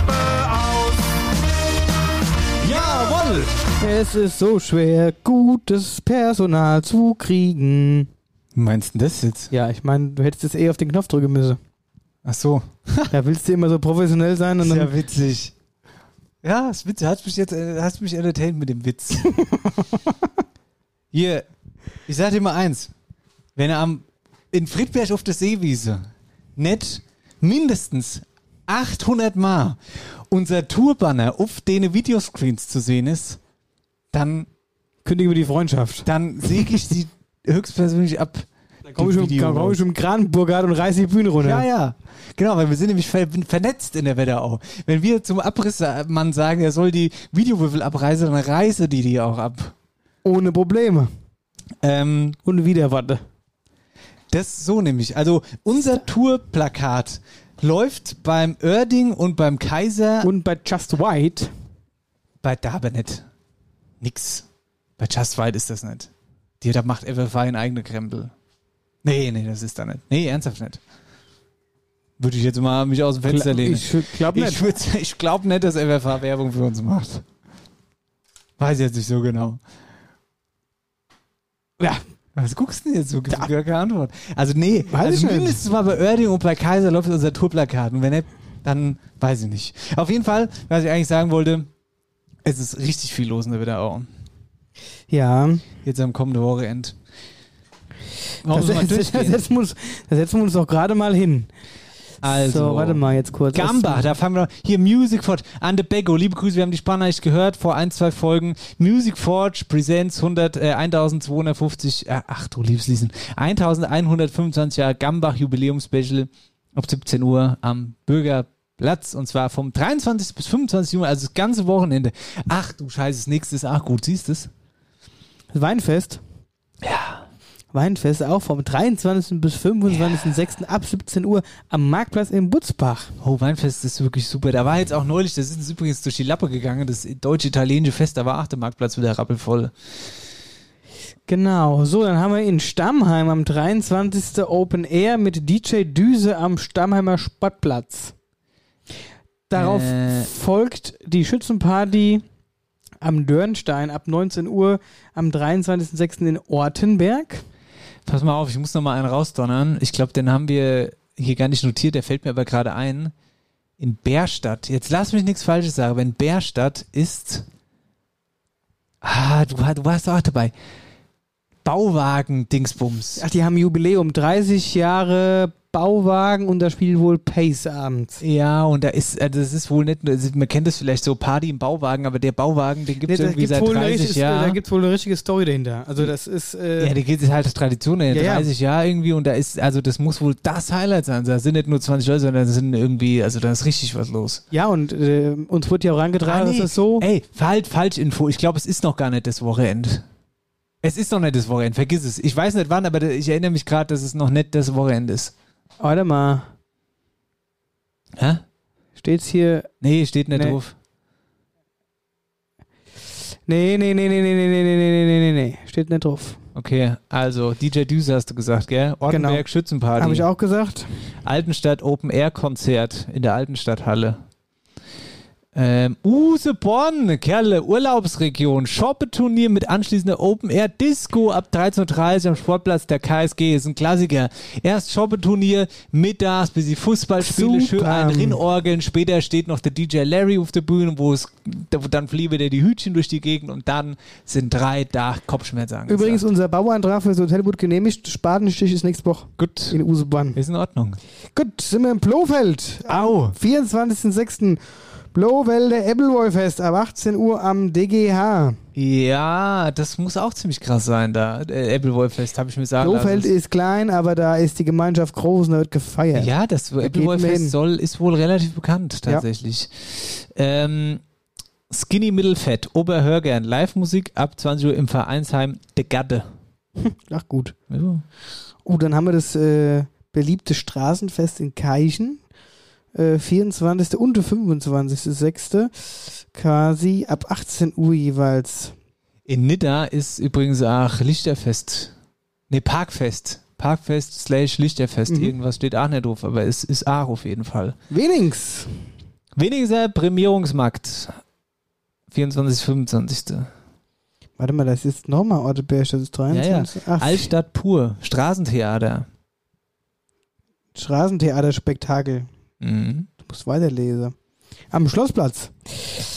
Speaker 6: Roppe aus.
Speaker 4: Jawoll!
Speaker 3: Es ist so schwer, gutes Personal zu kriegen.
Speaker 4: Meinst du das jetzt?
Speaker 3: Ja, ich meine, du hättest jetzt eh auf den Knopf drücken müssen.
Speaker 4: Ach so.
Speaker 3: Da willst du immer so professionell sein und
Speaker 4: Ist
Speaker 3: dann.
Speaker 4: ja witzig. Ja, ist witzig. Hast mich jetzt äh, hast mich entertained mit dem Witz. Hier, ich sag dir mal eins. Wenn er am in Friedberg auf der Seewiese nett mindestens 800 Mal unser Tourbanner auf den Videoscreens zu sehen ist, dann
Speaker 3: kündigen wir die Freundschaft.
Speaker 4: Dann säge ich sie höchstpersönlich ab. Dann
Speaker 3: Komm ich, um, komm ich um Kranenburgard und reiß die Bühne runter.
Speaker 4: ja, ja. Genau, weil wir sind nämlich ver vernetzt in der Wetterau. Wenn wir zum Abrissmann sagen, er soll die Videowürfel abreißen, dann reiße die die auch ab.
Speaker 3: Ohne Probleme.
Speaker 4: Ähm,
Speaker 3: und wieder warte.
Speaker 4: Das so nämlich. Also unser Tourplakat läuft beim Oerding und beim Kaiser.
Speaker 3: Und bei Just White.
Speaker 4: Bei da aber nicht. Nix. Bei Just White ist das nicht. Die da macht FFI einen eigenen Krempel. Nee, nee, das ist da nicht. Nee, ernsthaft nicht. Würde ich jetzt mal mich aus dem Fenster
Speaker 3: Gla-
Speaker 4: lehnen.
Speaker 3: ich glaub nicht.
Speaker 4: Ich, würd- ich glaube nicht, dass FFH Werbung für uns macht. Weiß jetzt nicht so genau. Ja. Was guckst du denn jetzt so? Gibt gar keine Antwort. Also nee,
Speaker 3: ich
Speaker 4: also
Speaker 3: nicht.
Speaker 4: mindestens mal bei Oerding und bei Kaiser läuft unser Tourplakat. Und wenn nicht, dann weiß ich nicht. Auf jeden Fall, was ich eigentlich sagen wollte, es ist richtig viel los in der Wetterau.
Speaker 3: Ja.
Speaker 4: Jetzt am kommenden Wochenend.
Speaker 3: Das,
Speaker 4: Warum soll man
Speaker 3: das, das,
Speaker 4: durchgehen?
Speaker 3: setzen wir uns, das setzen wir uns doch gerade mal hin.
Speaker 4: Also.
Speaker 3: So, warte mal jetzt kurz.
Speaker 4: Gamba,
Speaker 3: Das-
Speaker 4: da fangen wir noch. Hier Music Forge. Ande Beggo, liebe Grüße, wir haben die Spanner nicht gehört vor ein, zwei Folgen. Music Forge Presents 100, äh, 1250, äh, ach du liebes Liesen, 1125 Jahre Gambach Jubiläumspecial ab 17 Uhr am Bürgerplatz und zwar vom 23. bis 25. Juni, also das ganze Wochenende. Ach du Scheiße, das nächste ist auch gut, siehst du es?
Speaker 3: Weinfest. Ja. Weinfest auch vom 23. bis 25.06. ab 17 Uhr am Marktplatz in Butzbach.
Speaker 4: Oh, Weinfest ist wirklich super. Da war jetzt auch neulich, das ist uns übrigens durch die Lappe gegangen, das deutsche-italienische Fest, da war auch der Marktplatz wieder rappelvoll.
Speaker 3: Genau, so, dann haben wir in Stammheim am 23. Open Air mit DJ Düse am Stammheimer Sportplatz. Darauf
Speaker 4: Äh.
Speaker 3: folgt die Schützenparty am Dörnstein ab 19 Uhr am 23.06. in Ortenberg.
Speaker 4: Pass mal auf, ich muss noch mal einen rausdonnern. Ich glaube, den haben wir hier gar nicht notiert, der fällt mir aber gerade ein. In Bärstadt, jetzt lass mich nichts Falsches sagen, aber in Bärstadt ist. Ah, du, war- du warst auch dabei. Bauwagen-Dingsbums.
Speaker 3: Ach, die haben Jubiläum, 30 Jahre Bauwagen und da spielt wohl Pace abends.
Speaker 4: Ja, und da ist, also das ist wohl nicht, nur- also man kennt das vielleicht so, Party im Bauwagen, aber der Bauwagen, den gibt es
Speaker 3: da
Speaker 4: irgendwie
Speaker 3: gibt's
Speaker 4: seit
Speaker 3: wohl eine
Speaker 4: 30
Speaker 3: richtige- äh, Da
Speaker 4: Jahren.
Speaker 3: gibt es wohl eine richtige Story dahinter. Also das ist... Äh,
Speaker 4: Ja, die geht es halt Tradition in
Speaker 3: Ja, ja.
Speaker 4: 30 Jahren irgendwie und da ist, also das muss wohl das Highlight sein. Da sind nicht nur 20 Leute, sondern da sind irgendwie, also da ist richtig was los.
Speaker 3: ja, und äh, uns wurde ja auch herangetragen,
Speaker 4: Ah,
Speaker 3: dass
Speaker 4: nee.
Speaker 3: das so...
Speaker 4: Ey, halt Falschinfo. Ich glaube, es ist noch gar nicht das Wochenende. Es ist noch nicht das Wochenende, vergiss es. Ich weiß nicht wann, aber da- ich erinnere mich gerade, dass es noch nicht das Wochenende ist.
Speaker 3: Warte mal.
Speaker 4: Hä?
Speaker 3: Steht's hier...
Speaker 4: Nee, steht nicht
Speaker 3: Nee.
Speaker 4: drauf.
Speaker 3: Nee, nee, nee, nee, nee, nee, nee, nee, nee, nee, nee, nee. Steht nicht drauf.
Speaker 4: Okay, also DJ Düse hast du gesagt, gell? Ortenberg
Speaker 3: Genau.
Speaker 4: Schützenparty.
Speaker 3: Habe ich auch gesagt.
Speaker 4: Altenstadt Open Air Konzert in der Altenstadthalle. Ähm, Useborn, Kerle, Urlaubsregion, Shoppeturnier mit anschließender Open Air Disco ab 13.30 Uhr am Sportplatz der KSG. Ist ein Klassiker. Erst Shoppeturnier, mittags, bis sie Fußball spielen,
Speaker 3: Super.
Speaker 4: schön ein Rinnorgeln. Später steht noch der DJ Larry auf der Bühne, wo es, da- wo dann fliebe der die Hütchen durch die Gegend und dann sind drei da Kopfschmerzen angesagt.
Speaker 3: Übrigens, unser Bauantrag fürs Hotel wurde genehmigt. Spatenstich ist nächste Woche.
Speaker 4: Gut.
Speaker 3: In Usebahn.
Speaker 4: Ist in Ordnung.
Speaker 3: Gut, sind wir im Blofeld.
Speaker 4: Au.
Speaker 3: 24.06. Blofelde Ebbelwoi-Fest ab 18 Uhr am DGH.
Speaker 4: Ja, das muss auch ziemlich krass sein da. Äh, Applewolf-Fest, habe ich mir sagen
Speaker 3: Blofeld
Speaker 4: lassen.
Speaker 3: ist klein, aber da ist die Gemeinschaft groß und da wird gefeiert.
Speaker 4: Ja, das
Speaker 3: Da geht man hin.
Speaker 4: Applewolf-Fest soll, ist wohl relativ bekannt tatsächlich. Ähm, Skinny Mittelfett, Oberhörgern, Live-Musik ab 20 Uhr im Vereinsheim De Gadde. Also,
Speaker 3: Ach gut.
Speaker 4: Ja.
Speaker 3: Oh, dann haben wir das äh, beliebte Straßenfest in Keichen. Äh, 24. und 25.06. quasi ab 18 Uhr jeweils.
Speaker 4: In Nidda ist übrigens auch Lichterfest. Ne, Parkfest. Parkfest slash Lichterfest.
Speaker 3: Mhm.
Speaker 4: Irgendwas steht auch nicht drauf, aber es ist auch auf jeden Fall.
Speaker 3: Wenigstens.
Speaker 4: Weniger Prämierungsmarkt. 24. 25.
Speaker 3: Warte mal, das ist nochmal Orteberg, das ist
Speaker 4: Ja, ja.
Speaker 3: 23. Ach,
Speaker 4: Altstadt pur, Straßentheater.
Speaker 3: Straßentheaterspektakel.
Speaker 4: Mhm.
Speaker 3: Du musst weiterlesen. Am Schlossplatz.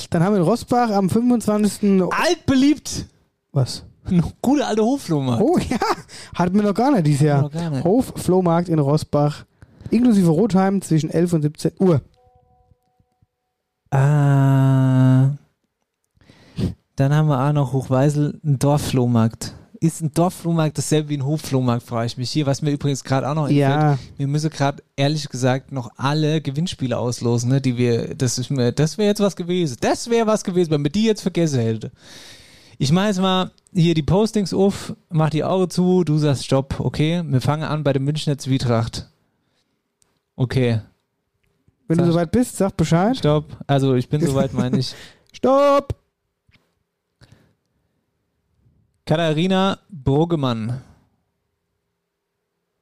Speaker 3: Dann haben wir in Rosbach am 25.
Speaker 4: Altbeliebt!
Speaker 3: Was?
Speaker 4: Eine gute alte Hoflohmarkt.
Speaker 3: Oh ja, hatten wir noch gar nicht dieses Jahr.
Speaker 4: Noch gar nicht.
Speaker 3: Hof-Flohmarkt in Rosbach, inklusive Rotheim zwischen 11 und 17 Uhr. Oh.
Speaker 4: Ah, dann haben wir auch noch Hochweisel, ein Dorfflohmarkt. Ist ein Dorfflohmarkt dasselbe wie ein Hofflohmarkt, frage ich mich. Hier, was mir übrigens gerade auch noch
Speaker 3: Ja.
Speaker 4: wir müssen gerade ehrlich gesagt noch alle Gewinnspiele auslosen, ne, die wir, das ist mir, das wäre jetzt was gewesen. Das wäre was gewesen, wenn man die jetzt vergessen hätte. Ich mache jetzt mal hier die Postings auf, mach die Augen zu, du sagst Stopp, okay? Wir fangen an bei der Münchner Zwietracht. Okay.
Speaker 3: Wenn du
Speaker 4: Sag-
Speaker 3: soweit bist, sag Bescheid.
Speaker 4: Stopp. Also ich bin soweit, meine ich.
Speaker 3: Stopp!
Speaker 4: Katharina Brogemann.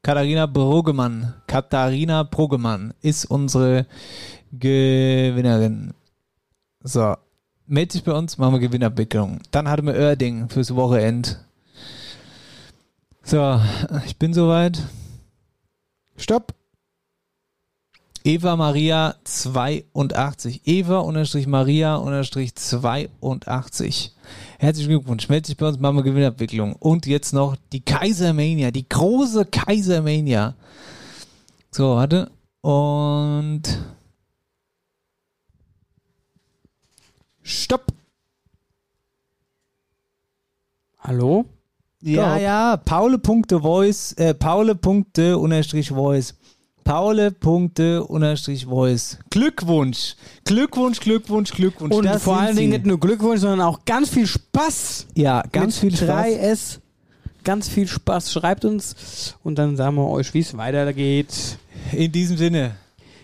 Speaker 4: Katharina Brogemann. Katharina Brogemann ist unsere Gewinnerin. So. Meld dich bei uns, machen wir Gewinnabwicklung. Dann hatten wir Oerding fürs Wochenend. So, ich bin soweit.
Speaker 3: Stopp.
Speaker 4: Eva Maria 82. Eva unterstrich Maria unterstrich 82. Herzlichen Glückwunsch. Meld dich bei uns, machen wir Gewinnabwicklung. Und jetzt noch die Kaisermania, die große Kaisermania. So, warte. Und
Speaker 3: Stopp! Hallo?
Speaker 4: Ja,
Speaker 3: Stopp.
Speaker 4: ja, paule.voice, äh, paule.de-voice. Paule.de-voice. Glückwunsch. Glückwunsch, Glückwunsch, Glückwunsch.
Speaker 3: Und
Speaker 4: Das
Speaker 3: vor
Speaker 4: sind
Speaker 3: allen
Speaker 4: sie.
Speaker 3: Dingen nicht nur Glückwunsch, sondern auch ganz viel Spaß.
Speaker 4: Ja, ganz
Speaker 3: Mit
Speaker 4: viel Spaß.
Speaker 3: 3S. Ganz viel Spaß. Schreibt uns und dann sagen wir euch, wie es weitergeht.
Speaker 4: In diesem Sinne.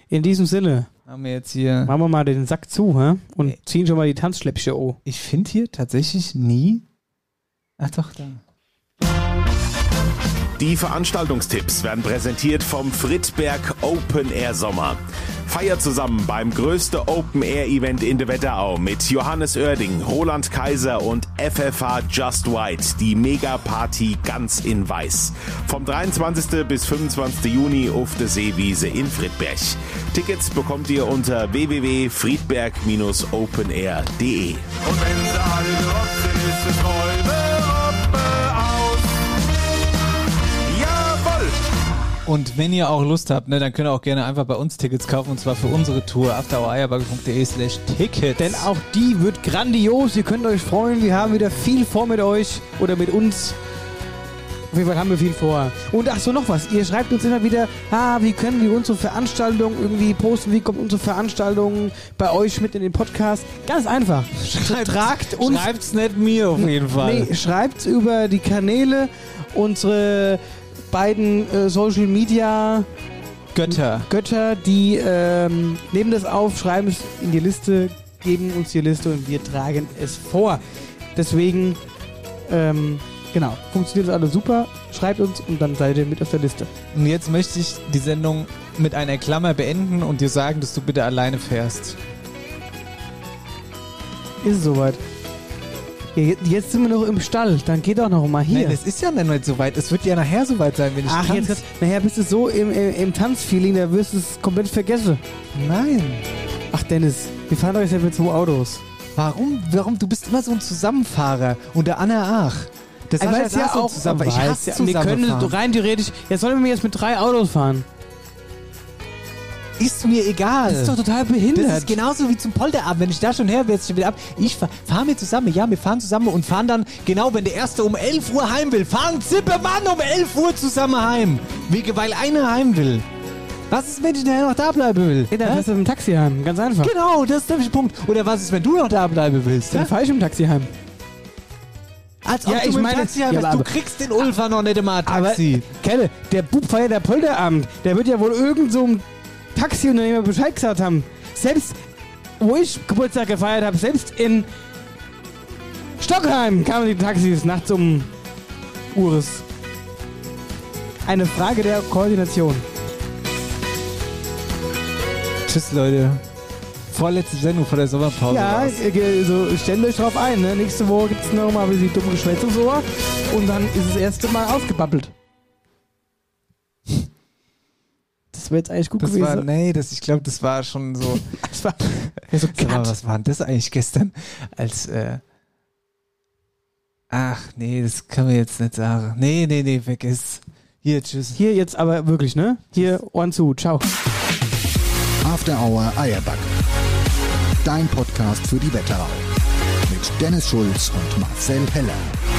Speaker 3: In diesem Sinne.
Speaker 4: Haben wir jetzt hier.
Speaker 3: Machen wir mal den Sack zu, hä? Und ziehen schon mal die Tanzschläppchen oh.
Speaker 4: Ich finde hier tatsächlich nie. Ach doch, da.
Speaker 13: Die Veranstaltungstipps werden präsentiert vom Fritberg Open Air Sommer. Feiert zusammen beim größte Open Air Event in der Wetterau mit Johannes Oerding, Roland Kaiser und FFH Just White, die Mega Party ganz in Weiß. Vom 23. bis 25. Juni auf der Seewiese in Fritberg. Tickets bekommt ihr unter www.friedberg-openair.de.
Speaker 6: Und wenn sie alle gerotzt sind, ist es Räuber Hoppe aus.
Speaker 4: Und wenn ihr auch Lust habt, ne, dann könnt ihr auch gerne einfach bei uns Tickets kaufen und zwar für unsere Tour afterhoureierbagge.de E slash Tickets.
Speaker 3: Denn auch die wird grandios. Ihr könnt euch freuen. Wir haben wieder viel vor mit euch oder mit uns. Auf jeden Fall haben wir viel vor. Und ach so, noch was. Ihr schreibt uns immer wieder, ah, wie können wir unsere Veranstaltung irgendwie posten? Wie kommt unsere Veranstaltung bei euch mit in den Podcast? Ganz einfach.
Speaker 4: Schreibt-
Speaker 3: Tragt uns.
Speaker 4: schreibt's nicht mir auf jeden Fall.
Speaker 3: Nee, schreibt's über die Kanäle unsere beiden äh, Social Media
Speaker 4: Götter.
Speaker 3: Götter, die ähm, nehmen das auf, schreiben es in die Liste, geben uns die Liste und wir tragen es vor. Deswegen, ähm, genau, funktioniert das alles super. Schreibt uns und dann seid ihr mit auf der Liste.
Speaker 4: Und jetzt möchte ich die Sendung mit einer Klammer beenden und dir sagen, dass du bitte alleine fährst.
Speaker 3: Ist es soweit. Ja, je- jetzt sind wir noch im Stall, dann geht auch noch mal hier.
Speaker 4: Nein, das ist ja noch nicht so weit. Es wird ja nachher so weit sein, wenn ich
Speaker 3: Ach,
Speaker 4: tanze.
Speaker 3: jetzt, naja, bist du so im, im, im Tanzfeeling, da wirst du es komplett vergessen.
Speaker 4: Nein.
Speaker 3: Ach, Dennis, wir fahren doch jetzt ja mit zwei Autos.
Speaker 4: Warum? Warum? Du bist immer so ein Zusammenfahrer. Und der Anna Ach. Das Sascha ist ja auch
Speaker 3: aber ich hasse ja, wir können doch rein theoretisch, jetzt sollen wir jetzt mit drei Autos fahren.
Speaker 4: Ist mir egal.
Speaker 3: Das ist doch total behindert.
Speaker 4: Äh. Das ist genau- genauso wie zum Polterabend. Wenn ich da schon her wäre, schon wieder ab. Ich fahr, fahren wir zusammen. Ja, wir fahren zusammen und fahren dann, genau, wenn der Erste um 11 Uhr heim will, fahren Zippermann um 11 Uhr zusammen heim. Wege, weil einer heim will. Was ist, wenn ich nachher noch da bleiben will?
Speaker 3: Ja, dann
Speaker 4: Hä?
Speaker 3: fährst du mit dem Taxi heim, ganz einfach.
Speaker 4: Genau, das ist nämlich der Punkt. Oder was ist, wenn du noch da bleiben willst?
Speaker 3: Dann
Speaker 4: hä?
Speaker 3: fahr ich mit dem Taxi heim.
Speaker 4: Als
Speaker 3: Ja,
Speaker 4: ob
Speaker 3: ich
Speaker 4: du mit
Speaker 3: meine-
Speaker 4: dem Taxi heim
Speaker 3: ja,
Speaker 4: bist.
Speaker 3: aber-
Speaker 4: Du kriegst den Ulfa noch nicht immer ein Taxi.
Speaker 3: Kelle, der Bub feiert der Polterabend. Der wird ja wohl irgend so einem Taxiunternehmer Bescheid gesagt haben. Selbst, wo ich Geburtstag gefeiert habe, selbst in Stockheim kamen die Taxis nachts um Uris. Eine Frage der Koordination.
Speaker 4: Tschüss, Leute. Vorletzte Sendung vor der Sommerpause.
Speaker 3: ja,
Speaker 4: war's.
Speaker 3: äh, so stellt euch drauf ein. Ne? Nächste Woche gibt es nochmal ein bisschen dumme Geschwätz und so. Und dann ist das erste Mal aufgebabbelt. Das wäre jetzt eigentlich gut
Speaker 4: Das
Speaker 3: gewesen.
Speaker 4: war, nee, das, ich glaube, das war schon so.
Speaker 3: das war
Speaker 4: so was war denn das eigentlich gestern? Als, äh, ach, nee, das kann man jetzt nicht sagen. Nee, nee, nee, vergiss. Hier, tschüss.
Speaker 3: Hier jetzt aber wirklich, ne? Hier, one, two, ciao.
Speaker 2: After Hour Eierbacke. Dein Podcast für die Wetterau. Mit Dennis Schulz und Marcel Heller.